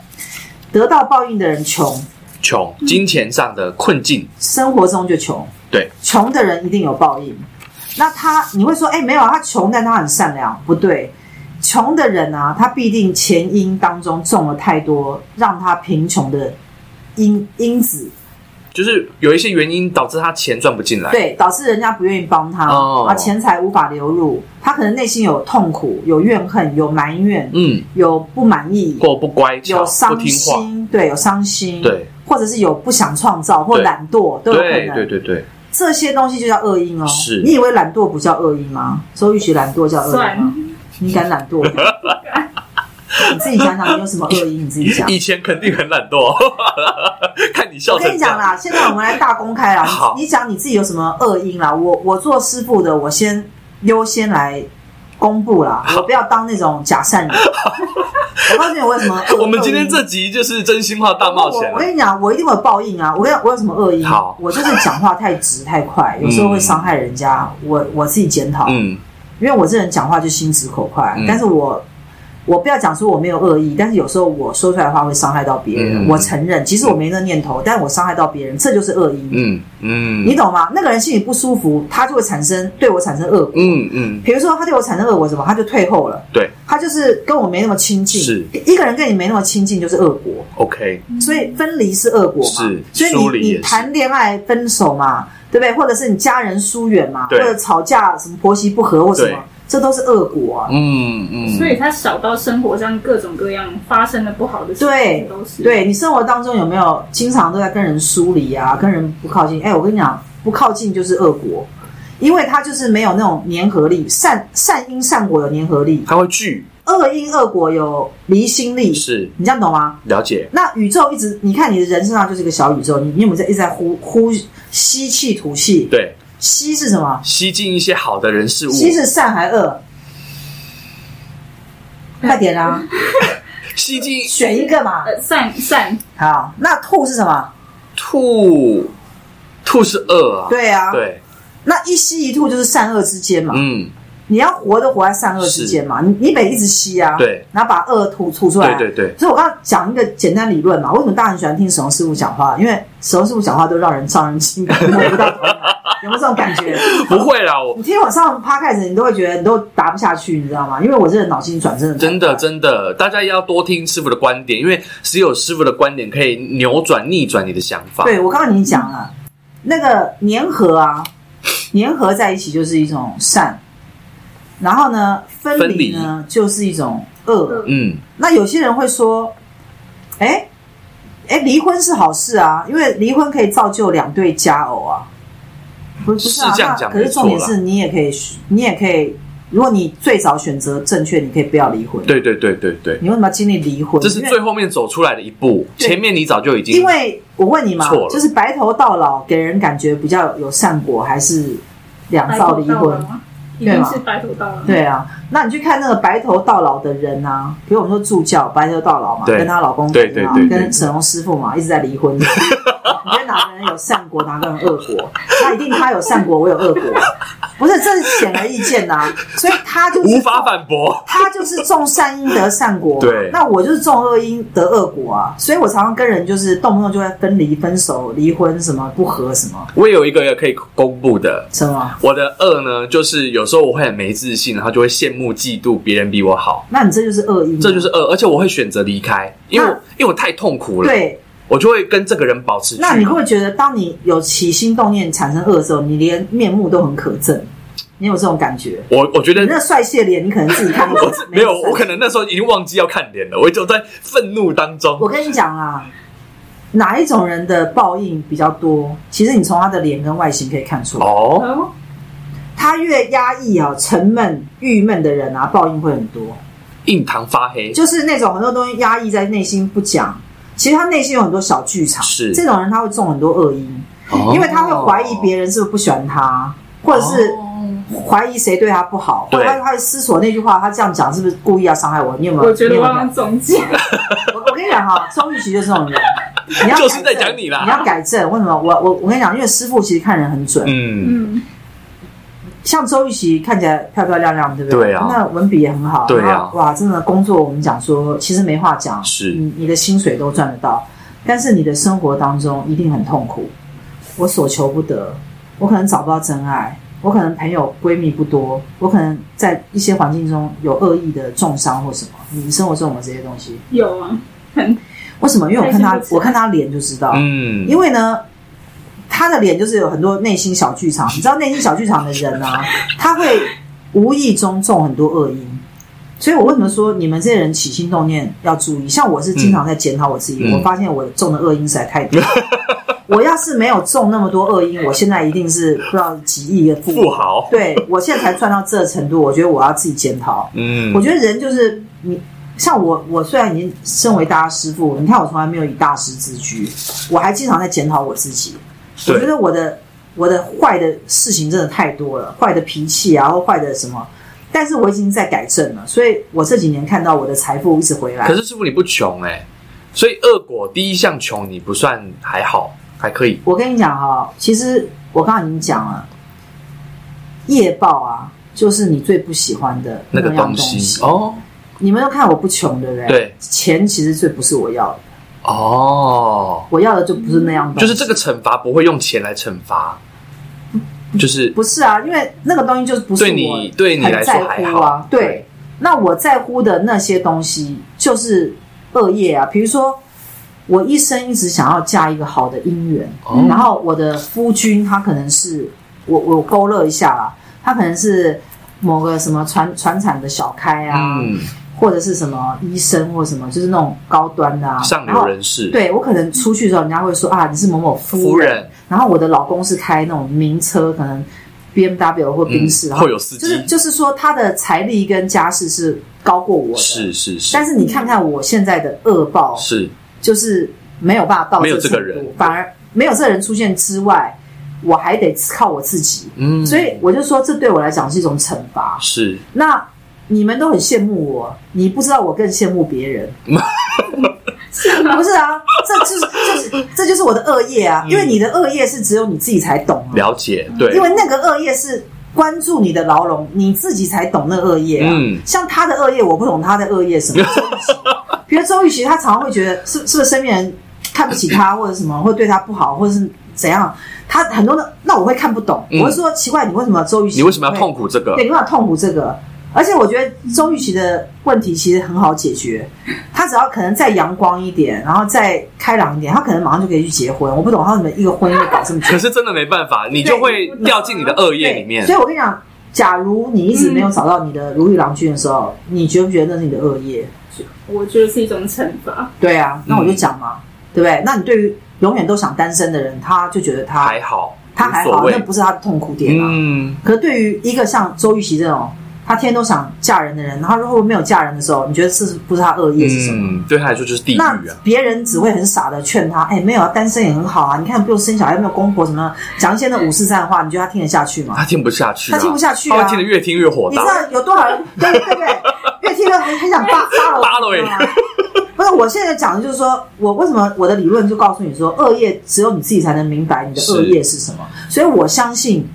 Speaker 1: 得到报应的人穷，
Speaker 2: 穷，金钱上的困境，
Speaker 1: 生活中就穷，
Speaker 2: 对，
Speaker 1: 穷的人一定有报应。那他你会说，哎、没有啊，他穷，但他很善良，不对。穷的人啊，他必定前因当中种了太多让他贫穷的因因子，
Speaker 2: 就是有一些原因导致他钱赚不进来，
Speaker 1: 对，导致人家不愿意帮他，
Speaker 2: 哎哦
Speaker 1: 啊，钱财无法流入，他可能内心有痛苦、有怨恨、有埋怨、
Speaker 2: 嗯，
Speaker 1: 有不满意，
Speaker 2: 或不乖巧
Speaker 1: 有，
Speaker 2: 不
Speaker 1: 伤
Speaker 2: 听话，
Speaker 1: 心，对，有伤心，
Speaker 2: 对，
Speaker 1: 或者是有不想创造或
Speaker 2: 对
Speaker 1: 懒惰都有可能，
Speaker 2: 对对对对，
Speaker 1: 这些东西就叫恶因哦。
Speaker 2: 是
Speaker 1: 你以为懒惰不叫恶因吗？周玉学懒惰叫恶因吗？你敢懒惰？你自己想想，你有什么恶因？你自己想。
Speaker 2: 以前肯定很懒惰， 看你笑
Speaker 1: 我
Speaker 2: 成
Speaker 1: 跟你
Speaker 2: 这
Speaker 1: 讲
Speaker 2: 样，
Speaker 1: 啦，现在我们来大公开啦。
Speaker 2: 好
Speaker 1: 你你讲你自己有什么恶因啦？我我做师傅的，我先优先来公布啦，我不要当那种假善 人。我告诉你，我有什么恶
Speaker 2: 我们今天
Speaker 1: 恶
Speaker 2: 这
Speaker 1: 意
Speaker 2: 集就是真心话大冒险
Speaker 1: 我我
Speaker 2: 了。
Speaker 1: 跟你讲，我一定会有报应啊！我跟你讲我有什么恶意？
Speaker 2: 好
Speaker 1: 我就是讲话太直太快，有时候会伤害人家。我我自己检讨，
Speaker 2: 嗯，
Speaker 1: 因为我这人讲话就心直口快，
Speaker 2: 嗯
Speaker 1: 但是我我不要讲说我没有恶意，但是有时候我说出来的话会伤害到别人。
Speaker 2: 嗯
Speaker 1: 我承认，其实我没那念头，但我伤害到别人，这就是恶意。
Speaker 2: 嗯嗯，
Speaker 1: 你懂吗？那个人心里不舒服，他就会产生对我产生恶果。
Speaker 2: 嗯嗯
Speaker 1: 比如说，他对我产生恶果，什么，他就退后了。
Speaker 2: 对，
Speaker 1: 他就是跟我没那么亲近。
Speaker 2: 是
Speaker 1: 一个人跟你没那么亲近，就是恶果。
Speaker 2: ，OK，
Speaker 1: 所以分离是恶果嘛
Speaker 2: 是，
Speaker 1: 所
Speaker 2: 疏
Speaker 1: 以
Speaker 2: 离
Speaker 1: 你
Speaker 2: 也
Speaker 1: 你
Speaker 2: 是
Speaker 1: 谈恋爱分手嘛，对不对？或者是你家人疏远嘛，或
Speaker 2: 对
Speaker 1: 者吵架什么婆媳不和或什
Speaker 2: 对
Speaker 1: 么，这都是恶果啊。
Speaker 2: 嗯嗯，
Speaker 3: 所以他少到生活上各种各样发生的不好的事
Speaker 1: 对
Speaker 3: 情都是。
Speaker 1: 对你生活当中有没有经常都在跟人疏离啊，跟人不靠近？哎，我跟你讲，不靠近就是恶果，因为他就是没有那种粘合力，善善因善果有粘合力，
Speaker 2: 他会聚，
Speaker 1: 恶因恶果有离心力。
Speaker 2: 是
Speaker 1: 你这样懂吗？
Speaker 2: 了解，
Speaker 1: 那宇宙一直，你看你的人身上就是一个小宇宙，你你有没有在一直在呼呼吸气吐气？
Speaker 2: 对，
Speaker 1: 吸是什么？
Speaker 2: 吸进一些好的人事物，
Speaker 1: 吸是善还恶？快点 啊，
Speaker 2: 吸进
Speaker 1: 选一个嘛。
Speaker 3: 呃，散散
Speaker 1: 好，那吐是什么？
Speaker 2: 吐，吐是恶啊，
Speaker 1: 对啊，
Speaker 2: 对，
Speaker 1: 那一吸一吐就是善恶之间嘛。
Speaker 2: 嗯，
Speaker 1: 你要活都活在善恶之间嘛，你你得一直吸啊，
Speaker 2: 对，
Speaker 1: 然后把恶吐吐出来。
Speaker 2: 对对对，
Speaker 1: 所以我刚刚讲一个简单理论嘛，为什么大家很喜欢听沈龙师傅讲话？因为沈龙师傅讲话都让人上人情感，摸不到头脑，有没有这种感 觉？
Speaker 2: 不会啦，我
Speaker 1: 你听我上 p 开始，你都会觉得你都答不下去，你知道吗？因为我这个脑筋转真的
Speaker 2: 真的真的，大家要多听师傅的观点，因为只有师傅的观点可以扭转逆转你的想法，
Speaker 1: 对我刚刚已经讲了，那个粘合啊，粘合在一起就是一种善，然后呢，分离呢就是一种恶。
Speaker 3: 恶
Speaker 2: 嗯，
Speaker 1: 那有些人会说，哎哎，离婚是好事啊，因为离婚可以造就两对佳偶啊。不不是啊，
Speaker 2: 是这样
Speaker 1: 那
Speaker 2: 讲
Speaker 1: 可是
Speaker 2: 没错
Speaker 1: 重点
Speaker 2: 啦
Speaker 1: 是你也可以，你也可以，如果你最早选择正确，你可以不要离婚。
Speaker 2: 对对对对对，
Speaker 1: 你为什么要经历离婚？
Speaker 2: 这是
Speaker 1: 因为
Speaker 2: 最后面走出来的一步，
Speaker 1: 对
Speaker 2: 前面你早就已经
Speaker 1: 因为我问你嘛
Speaker 2: 错了，
Speaker 1: 就是白头到老给人感觉比较有善果，还是两
Speaker 3: 白
Speaker 1: 造
Speaker 3: 头
Speaker 1: 离
Speaker 3: 到
Speaker 1: 婚？
Speaker 3: 老啊，一
Speaker 1: 对
Speaker 3: 定
Speaker 1: 嘛
Speaker 3: 是白头到老。
Speaker 1: 对啊，那你去看那个白头到老的人啊，比如我们说助教白头到老嘛，
Speaker 2: 对
Speaker 1: 跟她老公
Speaker 2: 对
Speaker 1: 结婚啊
Speaker 2: 对对对
Speaker 1: 跟沈荣师傅嘛，一直在离 婚。你觉得哪个人有善果，哪个人恶果？那一定他有善果，我有恶果，不是这是显而易见呐、所以他就是
Speaker 2: 无法反驳，
Speaker 1: 他就是种善因得善果，
Speaker 2: 对
Speaker 1: 那我就是种恶因得恶果啊，所以我常常跟人就是动不动就会分离、分手、离婚什么不和什么
Speaker 2: 我有一个可以公布的，
Speaker 1: 什么，
Speaker 2: 我的恶呢，就是有时候我会很没自信，然后就会羡慕、嫉妒别人比我好，
Speaker 1: 那你这就是恶因啊，
Speaker 2: 这就是恶，而且我会选择离开，因为我、
Speaker 1: 那
Speaker 2: 因为我太痛苦了，
Speaker 1: 对。
Speaker 2: 我就会跟这个人保持距
Speaker 1: 那你
Speaker 2: 离
Speaker 1: 会不。会觉得，当你有起心动念产生恶的时候，你连面目都很可憎？你有这种感觉？
Speaker 2: 我我觉
Speaker 1: 你
Speaker 2: 得
Speaker 1: 那帅气的脸，你可能自己看不
Speaker 2: 我
Speaker 1: 出
Speaker 2: 是
Speaker 1: 来
Speaker 2: 没有，
Speaker 1: 什么
Speaker 2: 我可能那时候已经忘记要看脸了，我就在愤怒当中
Speaker 1: 我。跟你讲啊，哪一种人的报应比较多？其实你从他的脸跟外形可以看出来。
Speaker 2: 哦，
Speaker 3: 哦，
Speaker 1: 他越压抑啊、沉闷、郁闷的人啊，报应会很多。
Speaker 2: 印堂发黑，
Speaker 1: 就是那种很多东西压抑在内心不讲，其实他内心有很多小剧场。
Speaker 2: 是
Speaker 1: 这种人他会种很多恶因，
Speaker 2: 哦
Speaker 1: 因为他会怀疑别人是不是不喜欢他，或者是
Speaker 3: 哦
Speaker 1: 怀疑谁对他不好，或
Speaker 2: 对
Speaker 1: 者他他会思索那句话，他这样讲是不是故意要伤害我？你有没有？
Speaker 3: 我觉
Speaker 1: 你
Speaker 3: 得
Speaker 1: 有
Speaker 3: 我
Speaker 1: 没
Speaker 3: 要
Speaker 1: 有啊
Speaker 3: 总结，
Speaker 1: 我我跟你讲哈，钟玉琪就是这种人，你要
Speaker 2: 就是在
Speaker 1: 改正
Speaker 2: 讲你啦
Speaker 1: 你要改正。为什么？我我我跟你讲，因为师傅其实看人很准，
Speaker 2: 嗯，
Speaker 3: 嗯，
Speaker 1: 像周玉琪看起来漂漂亮亮，对不对？
Speaker 2: 对啊
Speaker 1: 那文笔也很好。
Speaker 2: 对啊
Speaker 1: 然后哇，真的工作我们讲说，其实没话讲，
Speaker 2: 是
Speaker 1: 你你的薪水都赚得到，但是你的生活当中一定很痛苦。我所求不得，我可能找不到真爱，我可能朋友闺蜜不多，我可能在一些环境中有恶意的重伤或什么。你生活中有没有这些东西？
Speaker 3: 有啊，
Speaker 1: 为什么？因为我看
Speaker 3: 开
Speaker 1: 他
Speaker 3: 心不，起来
Speaker 1: 我看他脸就知道。
Speaker 2: 嗯，
Speaker 1: 因为呢，他的脸就是有很多内心小 剧场。你知道内心小剧场的人啊，他会无意中种很多恶因。所以我为什么说你们这些人起心动念要注意？像我是经常在检讨我自己，
Speaker 2: 嗯
Speaker 1: 我发现我种的恶因实在太 多。我要是没有种那么多恶因，我现在一定是不知道几亿的富
Speaker 2: 富
Speaker 1: 豪。
Speaker 2: 豪，
Speaker 1: 对我现在才赚到这程度，我觉得我要自己检讨。
Speaker 2: 嗯，
Speaker 1: 我觉得人就是你，像我，我虽然已经身为大家师傅，你看我从来没有以大师自居，我还经常在检讨我自己。我觉
Speaker 2: 对，
Speaker 1: 得我的我的坏的事情真的太多了，坏的脾气啊，或坏的什么，但是我已经在改正了，所以我这几年看到我的财富一直回来
Speaker 2: 可。是师傅你不穷哎、所以恶果第一项穷你不算还好，还可以。
Speaker 1: 我跟你讲哈、其实我刚刚已经讲了，业报啊，就是你最不喜欢的
Speaker 2: 那个
Speaker 1: 样东
Speaker 2: 西哦
Speaker 1: 你们都看我不穷，对不对？
Speaker 2: 对，
Speaker 1: 钱其实最不是我要的，
Speaker 2: 哦，
Speaker 1: 我要的就不是那样东西。
Speaker 2: 就是这个惩罚不会用钱来惩罚，
Speaker 1: 嗯
Speaker 2: 就是
Speaker 1: 不是啊，因为那个东西就是不是
Speaker 2: 对
Speaker 1: 我
Speaker 2: 你对你来
Speaker 1: 很在
Speaker 2: 说还
Speaker 1: 乎
Speaker 2: 好
Speaker 1: 啊。。对，，那我在乎的那些东西就是恶业啊，比如说我一生一直想要嫁一个好的姻缘，
Speaker 2: 哦
Speaker 1: 然后我的夫君他可能是我我勾勒一下啦，他可能是某个什么船船产的小开啊，
Speaker 2: 嗯，
Speaker 1: 或者是什么医生或什么，就是那种高端的啊，
Speaker 2: 上
Speaker 1: 然后
Speaker 2: 流人士，
Speaker 1: 对我可能出去的时候，人家会说啊，你是某某夫
Speaker 2: 夫
Speaker 1: 人，
Speaker 2: 人
Speaker 1: 然后我的老公是开那种名车，可能 B M W 或宾士，然后
Speaker 2: 会有嗯司
Speaker 1: 就
Speaker 2: 机，
Speaker 1: 是就是说他的财力跟家世是高过我的，
Speaker 2: 是是是，
Speaker 1: 但是你看看我现在的恶报，
Speaker 2: 是
Speaker 1: 就是没有办法到
Speaker 2: 没有
Speaker 1: 这
Speaker 2: 这个
Speaker 1: 程度
Speaker 2: 人
Speaker 1: 反而没有这个人出现之外，我还得靠我自己，
Speaker 2: 嗯，
Speaker 1: 所以我就说这对我来讲是一种惩罚。
Speaker 2: 是
Speaker 1: 那你们都很羡慕我，你不知道我更羡慕别 人。
Speaker 3: 是吗
Speaker 1: 不？是啊，这就是就是这就是我的恶业啊，因为你的恶业是只有你自己才懂啊，
Speaker 2: 嗯了解，对
Speaker 1: 因，为那个恶业是关注你的牢笼，你自己才懂那恶业啊。
Speaker 2: 嗯
Speaker 1: 像他的恶业，我不懂他的恶业 什么。周玉琪比如周玉琪，他常常会觉得是是不是身边人看不起他，或者什么，会对他不好，或者是怎样。他很多的，那我会看不懂，
Speaker 2: 嗯
Speaker 1: 我会说奇怪，你为什么周玉琪？
Speaker 2: 你为什么要痛苦这个
Speaker 1: 对，？你为什么痛苦这个？而且我觉得周玉琪的问题其实很好解决，她只要可能再阳光一点，然后再开朗一点，她可能马上就可以去结婚。我不懂她怎么一个婚姻搞这么久
Speaker 2: 可，是真的没办法，你
Speaker 1: 对
Speaker 2: 就会掉进你的恶业
Speaker 1: 对
Speaker 2: 里面
Speaker 1: 所。以我跟你讲，假如你一直没有找到你的如意郎君的时候，你觉不觉得那是你的恶业？
Speaker 3: 我觉得是一种惩罚。
Speaker 1: 对啊，那我就讲嘛，对不对？那你对于永远都想单身的人，他就觉得他
Speaker 2: 还好，
Speaker 1: 他还
Speaker 2: 无所
Speaker 1: 好，
Speaker 2: 谓
Speaker 1: 那。不是他的痛苦点啊。
Speaker 2: 嗯，
Speaker 1: 可对于一个像周玉琪这种，他天天都想嫁人的人，他如果没有嫁人的时候，你觉得是不是他恶业是什么？
Speaker 2: 嗯，对他来说就是地
Speaker 1: 那
Speaker 2: 狱啊。
Speaker 1: 别人只会很傻的劝他，哎、没有啊，单身也很好啊，你看不用生小孩，没有公婆什么的，讲一些那五四三的话，你觉得他听得下去吗？
Speaker 2: 他听不下去、啊，
Speaker 1: 他听不下去
Speaker 2: 他
Speaker 1: 啊
Speaker 2: 会！听得越听越火
Speaker 1: 你知
Speaker 2: 大。
Speaker 1: 道有多少人对对对，越听越很很 想扒扒了
Speaker 2: 扒了欸
Speaker 1: 吗？不是，我现在讲的就是说，我为什么我的理论就告诉你说，恶业只有你自己才能明白你的恶业是什么。所以我相信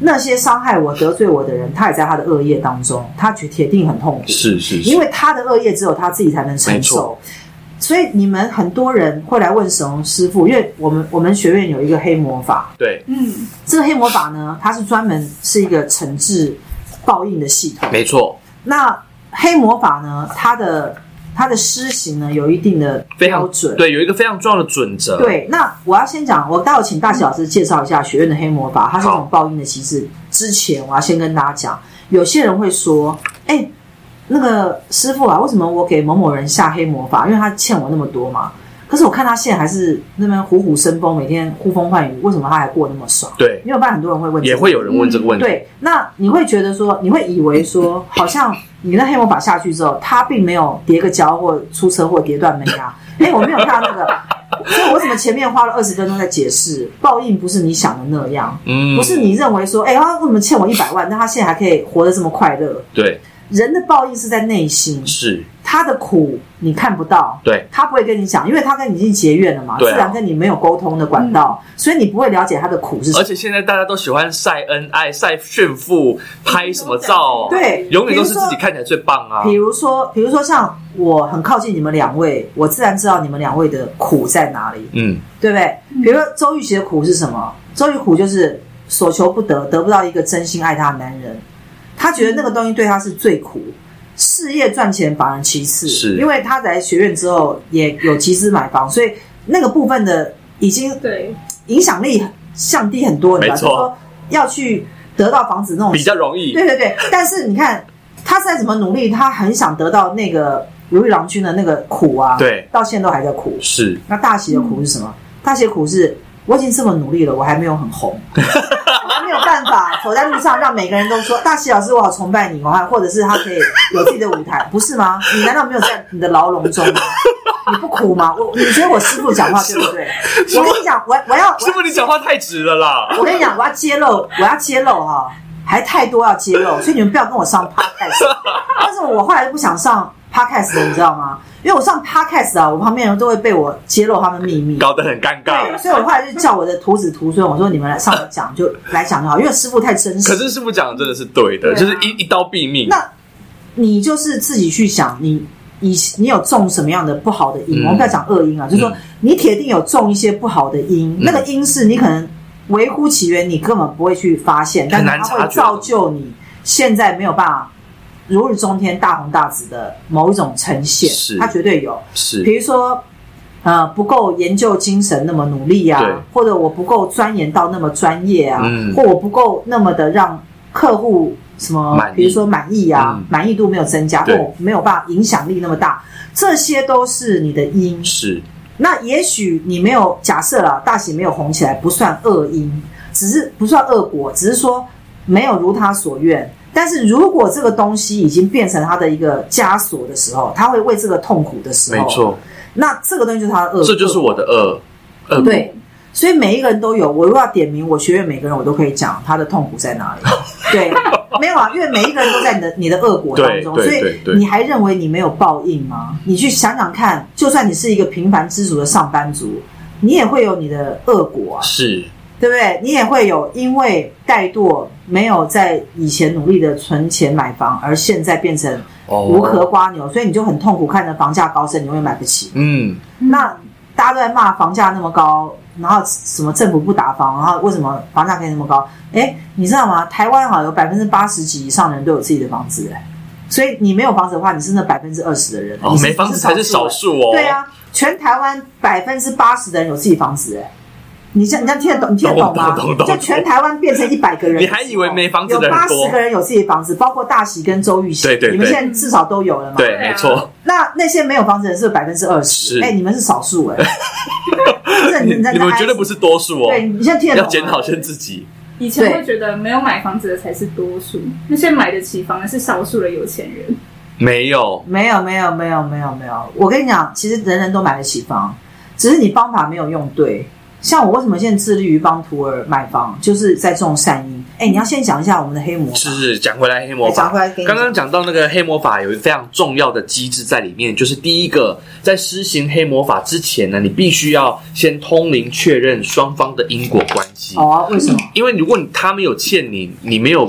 Speaker 1: 那些伤害我、得罪我的人，他也在他的恶业当中，他铁铁定很痛苦，
Speaker 2: 是是
Speaker 1: 因
Speaker 2: 是，
Speaker 1: 为他的恶业只有他自己才能承受。所以你们很多人会来问神龙师傅，因为我们我们学院有一个黑魔法，
Speaker 2: 对，
Speaker 3: 嗯，
Speaker 1: 这个黑魔法呢，它是专门是一个惩治报应的系统。
Speaker 2: 没错，
Speaker 1: 那黑魔法呢，它的它的施行呢有一定的
Speaker 2: 非常
Speaker 1: 标准。
Speaker 2: 对，有一个非常重要的准则。，
Speaker 1: 对那我要先讲，我待会请大喜老师介绍一下学院的黑魔法，它是一
Speaker 2: 好
Speaker 1: 种报应的机制。之前我要先跟大家讲，有些人会说，哎、那个师傅啊，为什么我给某某人下黑魔法？因为他欠我那么多嘛。可是我看他现在还是那边虎虎生风，每天呼风唤雨，为什么他还过得那么爽？
Speaker 2: 对，
Speaker 1: 因为我发现很多人会问这个问题，
Speaker 2: 也会有人问这个问题。
Speaker 1: 嗯对，那你会觉得说，你会以为说，好像你那黑魔法下去之后，他并没有跌个跤或出车祸跌断门 牙。哎、我没有看到那个，所以我怎么前面花了二十分钟在解释，报应不是你想的那样，
Speaker 2: 嗯，
Speaker 1: 不是你认为说，哎、他为什么欠我一百万，但他现在还可以活得这么快乐？
Speaker 2: 对，
Speaker 1: 人的报应是在内心，
Speaker 2: 是，
Speaker 1: 他的苦你看不到，
Speaker 2: 对，
Speaker 1: 他不会跟你讲，因为他跟你已经结怨了嘛，
Speaker 2: 对啊嗯
Speaker 1: 自然跟你没有沟通的管道，所以你不会了解他的苦是什
Speaker 2: 而
Speaker 1: 么。
Speaker 2: 且现在大家都喜欢晒恩爱、晒炫富、拍什么照，啊
Speaker 1: 对
Speaker 2: 永远都是
Speaker 1: 比如
Speaker 2: 自
Speaker 1: 说
Speaker 2: 己看起来最棒啊。
Speaker 1: 比如说，比如说像我很靠近你们两位，我自然知道你们两位的苦在哪里，
Speaker 2: 嗯，
Speaker 1: 对不对？比如说周玉琪的苦是什么？周玉苦就是所求不得，得不到一个真心爱她的男人，她觉得那个东西对她是最苦。事业赚钱反而其次，
Speaker 2: 是
Speaker 1: 因为她来学院之后也有集资买房，所以那个部分的已经
Speaker 3: 对，
Speaker 1: 影响力降低很多，你知道，
Speaker 2: 没
Speaker 1: 就是
Speaker 2: 错
Speaker 1: 说要去得到房子那种
Speaker 2: 比较容易。
Speaker 1: 对对对，但是你看他再怎么努力，他很想得到那个如意郎君的那个苦啊，
Speaker 2: 对，
Speaker 1: 到现在都还在苦。
Speaker 2: 是，
Speaker 1: 那大喜的苦是什么？大喜的苦是我已经这么努力了，我还没有很红，我还没有办法 走在路上让每个人都说大喜老师，我好崇拜你，我哦啊还或者是他可以有自己的舞台，不是吗？你难道没有在你的牢笼中吗？你不苦吗？我你觉得我师傅讲话对不对？我跟你讲，我我要我要
Speaker 2: 师傅你讲话太直了啦。
Speaker 1: 我跟你讲，我要揭露，我要揭露哈、还太多要揭露，所以你们不要跟我上 podcast。但是我后来就不想上 podcast 了，你知道吗？因为我上 podcast 啊，我旁边人都会被我揭露他们秘密。
Speaker 2: 搞得很尴
Speaker 1: 对，
Speaker 2: 尬。
Speaker 1: 所以我后来就叫我的徒子徒孙，我说你们来上来讲就来讲就好，因为师傅太真实。
Speaker 2: 可是师傅讲的真的是对的，
Speaker 3: 对啊
Speaker 2: 就是一一刀毙命。
Speaker 1: 那你就是自己去想，你你你有中什么样的不好的因？
Speaker 2: 嗯
Speaker 1: 我们不要讲恶因啊，就是说
Speaker 2: 嗯
Speaker 1: 你铁定有中一些不好的因，那个因是你可能微乎其微，你根本不会去发现，但
Speaker 2: 很
Speaker 1: 是
Speaker 2: 难
Speaker 1: 它会
Speaker 2: 察觉
Speaker 1: 造就你现在没有办法如日中天、大红大紫的某一种呈现
Speaker 2: 是，
Speaker 1: 它绝对有。
Speaker 2: 是
Speaker 1: 比如说，呃，不够研究精神那么努力
Speaker 2: 对
Speaker 1: 啊，或者我不够钻研到那么专业啊，
Speaker 2: 嗯
Speaker 1: 或我不够那么的让客户什么
Speaker 2: 满意，
Speaker 1: 比如说满意啊，
Speaker 2: 嗯
Speaker 1: 满意度没有增加，或
Speaker 2: 对
Speaker 1: 我没有办法影响力那么大，这些都是你的因。
Speaker 2: 是，
Speaker 1: 那也许你没有假设啦，大喜没有红起来不算恶因，只是不算恶果，只是说没有如他所愿。但是如果这个东西已经变成他的一个枷锁的时候，他会为这个痛苦的时
Speaker 2: 没
Speaker 1: 候，
Speaker 2: 错，
Speaker 1: 那这个东西就是他的恶，
Speaker 2: 这就是我的恶恶果。
Speaker 1: 对。所以每一个人都有，我如果要点名我学院每个人，我都可以讲他的痛苦在 哪里。对，没有啊，因为每一个人都在你的你的恶果当中，所
Speaker 2: 对对
Speaker 1: 以
Speaker 2: 对对
Speaker 1: 你还认为你没有报应吗？你去想想看，就算你是一个平凡知足的上班族，你也会有你的恶果啊，
Speaker 2: 是
Speaker 1: 对不对？你也会有因为怠惰没有在以前努力的存钱买房，而现在变成
Speaker 2: 哦，
Speaker 1: 无壳瓜牛，所以你就很痛苦，看着房价高升，你永远买不起。
Speaker 2: 嗯，
Speaker 1: 那大家都在骂房价那么高，然后什么政府不打房，然后为什么房价可以那么高？哎，你知道吗？台湾好像有百分之八十几以上的人都有自己的房子，哎，所以你没有房子的话，你是那百分之二十的人，
Speaker 2: 哦
Speaker 1: 你，是
Speaker 2: 没房子才是少。数哦。
Speaker 1: 你对，啊，全台湾百分之八十的人有自己房子，哎。你这样你这样听得懂？你听得懂吗
Speaker 2: 懂懂懂？懂
Speaker 1: 就全台湾变成一百个人的时候，
Speaker 2: 你还以为没房子的人
Speaker 1: 有八
Speaker 2: 多
Speaker 1: 十个人有自己的房子，包括大喜跟周玉喜，
Speaker 2: 对对
Speaker 1: 你们
Speaker 2: 对
Speaker 1: 现在至少都有了嘛？
Speaker 2: 对，
Speaker 3: 对啊
Speaker 2: 没错。
Speaker 1: 那那些没有房子的人是百分之二
Speaker 2: 是
Speaker 1: 十，哎，你们是少数 哎，这
Speaker 2: 你
Speaker 1: 你在
Speaker 2: 你们绝对不
Speaker 1: 是
Speaker 2: 是多数
Speaker 1: 对，
Speaker 2: 哦，
Speaker 1: 你现在听得懂
Speaker 2: 要
Speaker 1: 吗
Speaker 2: 检讨一下自 己。
Speaker 3: 以前
Speaker 1: 对
Speaker 3: 会觉得没有买房子的才是多数，那些买得起房的是少数的有钱人。
Speaker 2: 没有，
Speaker 1: 没有没有没有没有没有，我跟你讲，其实人人都买得起房，只是你方法没有用对。像我为什么现在致力于帮徒儿买房，就是在种善因。哎，你要先讲一下我们的黑魔法，
Speaker 2: 是讲回来黑魔
Speaker 1: 哎讲
Speaker 2: 法
Speaker 1: 回来给，你
Speaker 2: 刚刚讲到那个黑魔法有非常重要的机制在里面，就是第一个，在施行黑魔法之前呢，你必须要先通灵确认双方的因果关系，
Speaker 1: 哦，为什么？
Speaker 2: 因为如果你他们有欠你，你没有，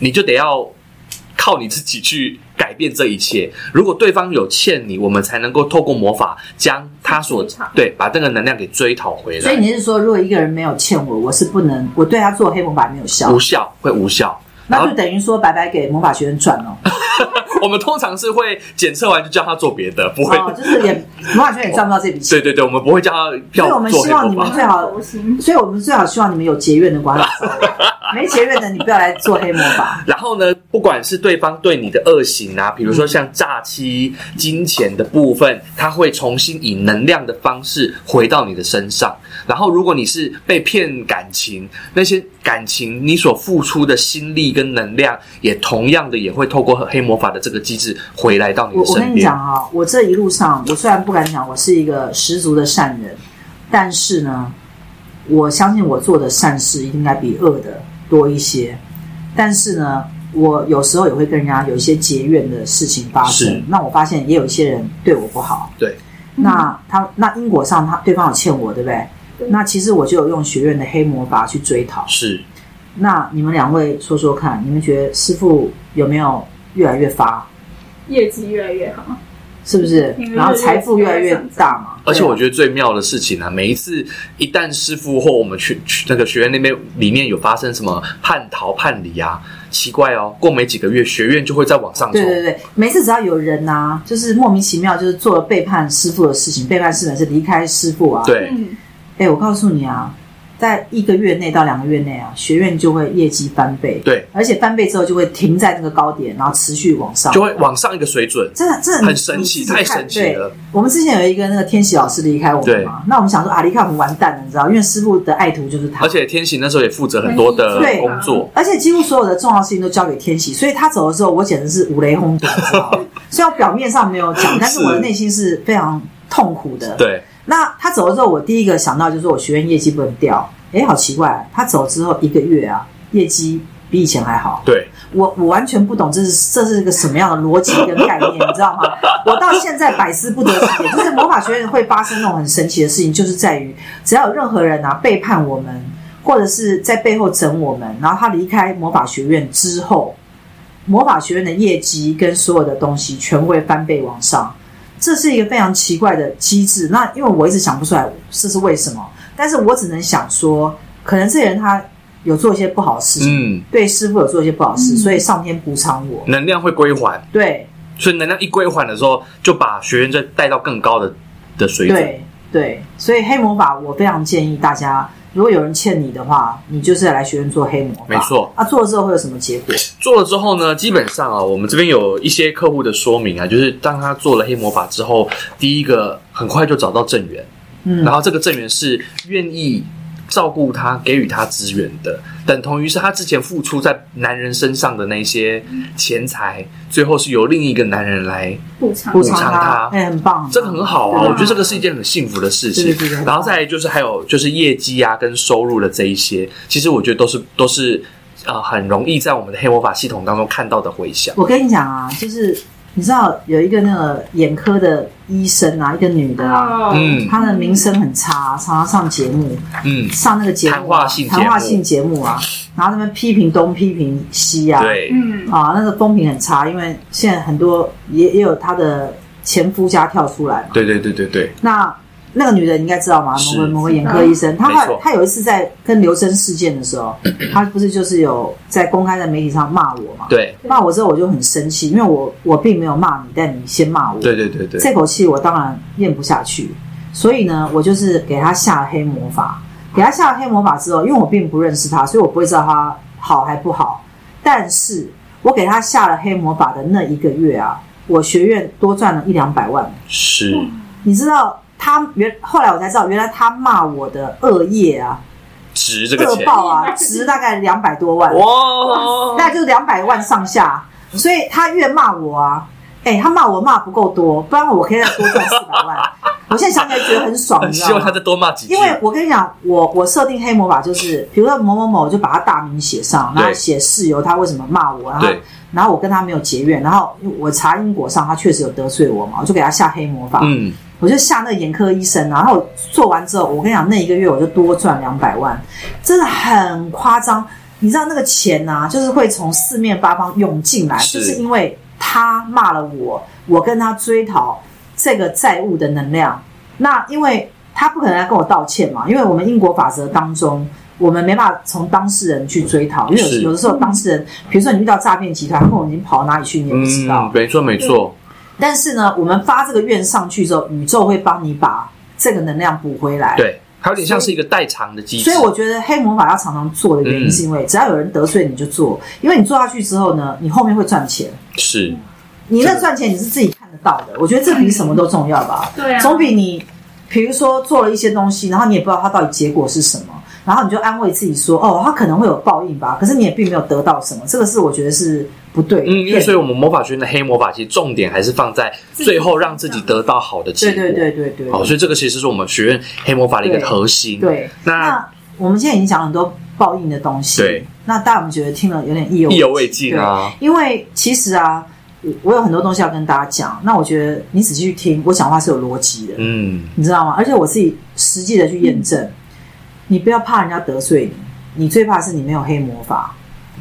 Speaker 2: 你就得要靠你自己去改变这一切。如果对方有欠你，我们才能够透过魔法将他所
Speaker 3: 追讨
Speaker 2: 对把这个能量给追讨回
Speaker 1: 所以
Speaker 2: 来，
Speaker 1: 你是说，如果一个人没有欠我，我是不能，我对他做黑魔法没有效
Speaker 2: 无，效会无效。然
Speaker 1: 那
Speaker 2: 后
Speaker 1: 就等于说白白给魔法学院赚哦。
Speaker 2: 我们通常是会检测完就叫他做别的，不会
Speaker 1: 哦，就是也魔法学院也赚不到这笔钱。
Speaker 2: 对对对，我们不会叫他
Speaker 1: 所以我
Speaker 2: 要
Speaker 1: 们
Speaker 2: 做黑
Speaker 1: 希望
Speaker 2: 魔
Speaker 1: 你们
Speaker 2: 法。
Speaker 1: 最好
Speaker 3: 佛心，
Speaker 1: 所以我们最好希望你们有结怨的关系，没结怨的你不要来做黑魔法。
Speaker 2: 然后呢，不管是对方对你的恶行啊，比如
Speaker 1: 嗯
Speaker 2: 说像诈欺、金钱的部分，他会重新以能量的方式回到你的身上。然后，如果你是被骗感情，那些感情你所付出的心力跟能量，也同样的也会透过黑魔法的这个机制回来到你
Speaker 1: 我
Speaker 2: 的
Speaker 1: 我
Speaker 2: 身
Speaker 1: 跟你
Speaker 2: 边
Speaker 1: 讲。啊，我这一路上，我虽然不敢讲我是一个十足的善人，但是呢，我相信我做的善事应该比恶的多一些。但是呢，我有时候也会跟人家有一些结怨的事情发
Speaker 2: 是
Speaker 1: 生。那我发现也有一些人对我不好，
Speaker 2: 对，
Speaker 1: 那他那因果上他对方有欠我，对不对？
Speaker 3: 对
Speaker 1: 那其实我就有用学院的黑魔法去追讨。
Speaker 2: 是
Speaker 1: 那你们两位说说看，你们觉得师傅有没有越来越发？
Speaker 3: 业绩越来越好。
Speaker 1: 是不是
Speaker 3: 因为？
Speaker 1: 然后财富越来越大嘛？
Speaker 2: 而且我
Speaker 1: 觉
Speaker 2: 觉得最妙的事情啊，每一次一旦师傅或我们去去那个学院那边里面有发生什么叛逃叛离啊，奇怪哦，过没几个月学院就会再往上冲
Speaker 1: 对。对对，每次只要有人呐、就是莫名其妙就是做了背叛师傅的事情，背叛师门是离开师傅啊。，
Speaker 2: 对，
Speaker 3: 嗯，
Speaker 1: 哎，我告诉你啊，在一个月内到两个月内啊，学院就会业绩翻倍，
Speaker 2: 对，
Speaker 1: 而且翻倍之后就会停在那个高点，然后持续往上，
Speaker 2: 就会往上一个水准，
Speaker 1: 真的，这
Speaker 2: 很神奇，太神奇。了。
Speaker 1: 我们之前有一个那个天喜老师离开我
Speaker 2: 对
Speaker 1: 们嘛，那我们想说啊，离开我们完蛋了，你知道，因为师傅的爱徒就是他，
Speaker 2: 而且天行那时候也负责很多的
Speaker 1: 对啊
Speaker 2: 工作，
Speaker 1: 而且几乎所有的重要事情都交给天喜，所以他走的时候，我简直是五雷轰顶，你知道吗 虽然表面上没有讲，但是
Speaker 2: 是
Speaker 1: 我的内心是非常痛苦的。，
Speaker 2: 对，
Speaker 1: 那他走了之后，我第一个想到就是我学院业绩不能掉。哎，好奇怪，他走之后一个月啊，业绩比以前还好。
Speaker 2: 对，
Speaker 1: 我我完全不懂这是这是一个什么样的逻辑跟概念，你知道吗？ 我到现在百思不得其解。就是魔法学院会发生那种很神奇的事情，就是在于只要有任何人啊背叛我们，或者是在背后整我们，然后他离开魔法学院之后，魔法学院的业绩跟所有的东西全会翻倍往上。这是一个非常奇怪的机制。那因为我一直想不出来这是为什么，但是我只能想说，可能这个人他有做一些不好的事情，
Speaker 2: 嗯，
Speaker 1: 对师傅有做一些不好的事，
Speaker 3: 嗯
Speaker 1: 所以上天补偿我。
Speaker 2: 能量会归还，
Speaker 1: 对
Speaker 2: 所以能量一归还的时候，就把学员再带到更高的的水准。
Speaker 1: 对对，所以黑魔法我非常建议大家，如果有人欠你的话，你就是来学院做黑魔法，
Speaker 2: 没错。
Speaker 1: 啊，做了之后会有什么结果？
Speaker 2: 做了之后呢，基本上啊，我们这边有一些客户的说明啊，就是当他做了黑魔法之后，第一个很快就找到正缘，
Speaker 1: 嗯
Speaker 2: 然后这个正缘是愿意照顾他、给予他资源的，等同于是他之前付出在男人身上的那些钱财，最后是由另一个男人来，
Speaker 3: 补偿
Speaker 1: 补
Speaker 2: 偿
Speaker 1: 偿
Speaker 2: 他
Speaker 1: 哎、很棒，
Speaker 2: 这个很好啊，
Speaker 3: 对啊
Speaker 2: 我觉得这个是一件很幸福的事情
Speaker 1: 对对对。对
Speaker 2: 然后再来就是还有就是业绩啊跟收入的这一些，其实我觉得都是都是呃很容易在我们的黑魔法系统当中看到的回响。
Speaker 1: 我跟你讲啊，就是你知道有一个那个眼科的医生啊，一个女的啊，
Speaker 3: 哦，
Speaker 2: 嗯
Speaker 1: 她的名声很差，常常上节目，
Speaker 2: 嗯，
Speaker 1: 上那个节目啊
Speaker 2: 谈话性节目
Speaker 1: 谈话性节目啊，然后他们批评东批评西啊，
Speaker 2: 对，
Speaker 3: 嗯，
Speaker 1: 啊，那个风评很差，因为现在很多也也有她的前夫家跳出来嘛。
Speaker 2: 对对对对对，
Speaker 1: 那那个女的你应该知道吗？某
Speaker 2: 是
Speaker 1: 个某个眼科医生，她
Speaker 2: 没
Speaker 1: 后
Speaker 2: 错
Speaker 1: 她有一次在跟刘真事件的时候，她不是就是有在公开在媒体上骂我嘛？
Speaker 2: 对
Speaker 1: 骂我之后我就很生气，因为我我并没有骂你，但你先骂我，
Speaker 2: 对对对对，
Speaker 1: 这口气我当然咽不下去，所以呢，我就是给他下了黑魔法。给他下了黑魔法之后，因为我并不认识他，所以我不会知道他好还不好。但是我给他下了黑魔法的那一个月啊，我学院多赚了一两百万。
Speaker 2: 是，
Speaker 1: 你知道他原后来我才知道，原来他骂我的恶业啊、
Speaker 2: 值这个
Speaker 1: 恶
Speaker 2: 钱，
Speaker 1: 报啊，值大概两百多万。
Speaker 2: 哇，
Speaker 1: 大概就是两百万上下，所以他越骂我啊，哎、他骂我骂不够多，不然我可以再多赚四百万。我现在想起来觉得很爽，你知
Speaker 2: 希
Speaker 1: 道
Speaker 2: 望他
Speaker 1: 吗
Speaker 2: 再？多骂几句
Speaker 1: 因，为我跟你讲，我我设定黑魔法就是，比如说某某某，我就把他大名写上，然后
Speaker 2: 对
Speaker 1: 写事由他为什么骂我，然后
Speaker 2: 对，
Speaker 1: 然后我跟他没有结怨，然后我查因果上他确实有得罪我嘛，我就给他下黑魔法，
Speaker 2: 嗯，
Speaker 1: 我就下那个眼科医生啊，然后我做完之后，我跟你讲，那一个月我就多赚两百万，真的很夸张。你知道那个钱呐、就是会从四面八方涌进来，
Speaker 2: 是
Speaker 1: 就是因为他骂了我，我跟他追讨这个债务的能量。那因为他不可能来跟我道歉嘛，因为我们因果法则当中，我们没办法从当事人去追讨，因为有
Speaker 2: 是
Speaker 1: 有的时候当事人，比如说你遇到诈骗集团，他可能已经跑到哪里去，你也不知道。
Speaker 2: 嗯，没错没错，
Speaker 1: 但是呢，我们发这个愿上去之后，宇宙会帮你把这个能量补回来。，
Speaker 2: 对，它有点像是一个代偿的机制，
Speaker 1: 所以我觉得黑魔法要常常做的原因，
Speaker 2: 嗯
Speaker 1: 是因为只要有人得罪你就做，因为你做下去之后呢，你后面会赚钱，
Speaker 2: 是
Speaker 1: 你那赚钱你是自己看得到的。我觉得这比什么都重要吧，
Speaker 3: 对啊，
Speaker 1: 总比你比如说做了一些东西，然后你也不知道它到底结果是什么。然后你就安慰自己说：“哦，它可能会有报应吧。”可是你也并没有得到什么，这个是我觉得是不对的。
Speaker 2: 嗯，因为
Speaker 1: 对
Speaker 2: 所以我们魔法学院的黑魔法，其实重点还是放在最后让自己得到好的结
Speaker 1: 对
Speaker 2: 果。
Speaker 1: 对对对对，
Speaker 2: 好，所以这个其实是我们学院黑魔法的一个核心。，
Speaker 1: 对。
Speaker 2: 那
Speaker 1: 那我们现在已经讲了很多报应的东西，
Speaker 2: 对。
Speaker 1: 那大家有没有觉得听了有点意犹
Speaker 2: 意犹未尽啊，
Speaker 1: 因为其实啊，我我有很多东西要跟大家讲。那我觉得你仔细去听，我讲话是有逻辑的，
Speaker 2: 嗯，
Speaker 1: 你知道吗？而且我自己实际的去验证，你不要怕人家得罪你，你最怕是你没有黑魔法，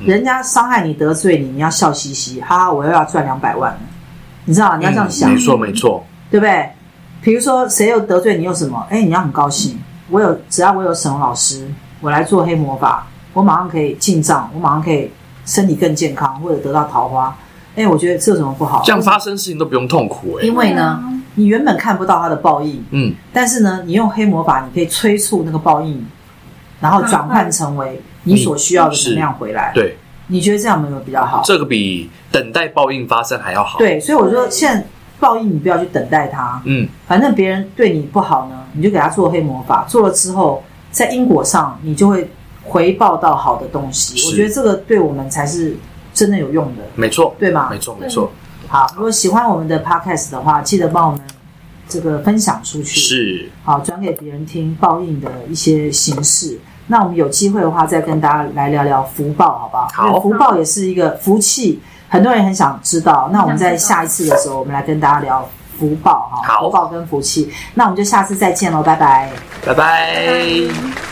Speaker 1: 人家伤害你、得罪你，你要笑嘻嘻，哈哈，我又要赚两百万了，你知道吗？啊你要这样想，
Speaker 2: 嗯没错没错，
Speaker 1: 对不对？比如说谁又得罪你又什么？哎，你要很高兴。我有，只要我有沈宏老师，我来做黑魔法，我马上可以进账，我马上可以身体更健康，或者得到桃花。哎，我觉得这有什么不好？
Speaker 2: 这样发生事情都不用痛苦哎、
Speaker 1: 因为呢，
Speaker 3: 对啊
Speaker 1: 你原本看不到它的报应，
Speaker 2: 嗯，
Speaker 1: 但是呢，你用黑魔法，你可以催促那个报应，然后转换成为你所需要的能量回来。
Speaker 2: 嗯对，
Speaker 1: 你觉得这样有没有比较好？
Speaker 2: 这个比等待报应发生还要好。，
Speaker 1: 对，所以我说现在报应你不要去等待它，
Speaker 2: 嗯，
Speaker 1: 反正别人对你不好呢，你就给他做黑魔法，做了之后，在因果上你就会回报到好的东西。
Speaker 2: 是
Speaker 1: 我觉得这个对我们才是真的有用的，
Speaker 2: 没错，
Speaker 1: 对吗
Speaker 2: 没？错没错，
Speaker 1: 好，如果喜欢我们的 podcast 的话，记得帮我们这个分享出去，
Speaker 2: 是
Speaker 1: 好转给别人听报应的一些形式。那我们有机会的话，再跟大家来聊聊福报，好不好？
Speaker 2: 好
Speaker 1: 因为福报也是一个福气，很多人很想知道。那我们在下一次的时候，我们来跟大家聊福报哈，
Speaker 2: 好
Speaker 1: 福报跟福气。那我们就下次再见喽，拜拜。
Speaker 2: 拜拜。
Speaker 3: 拜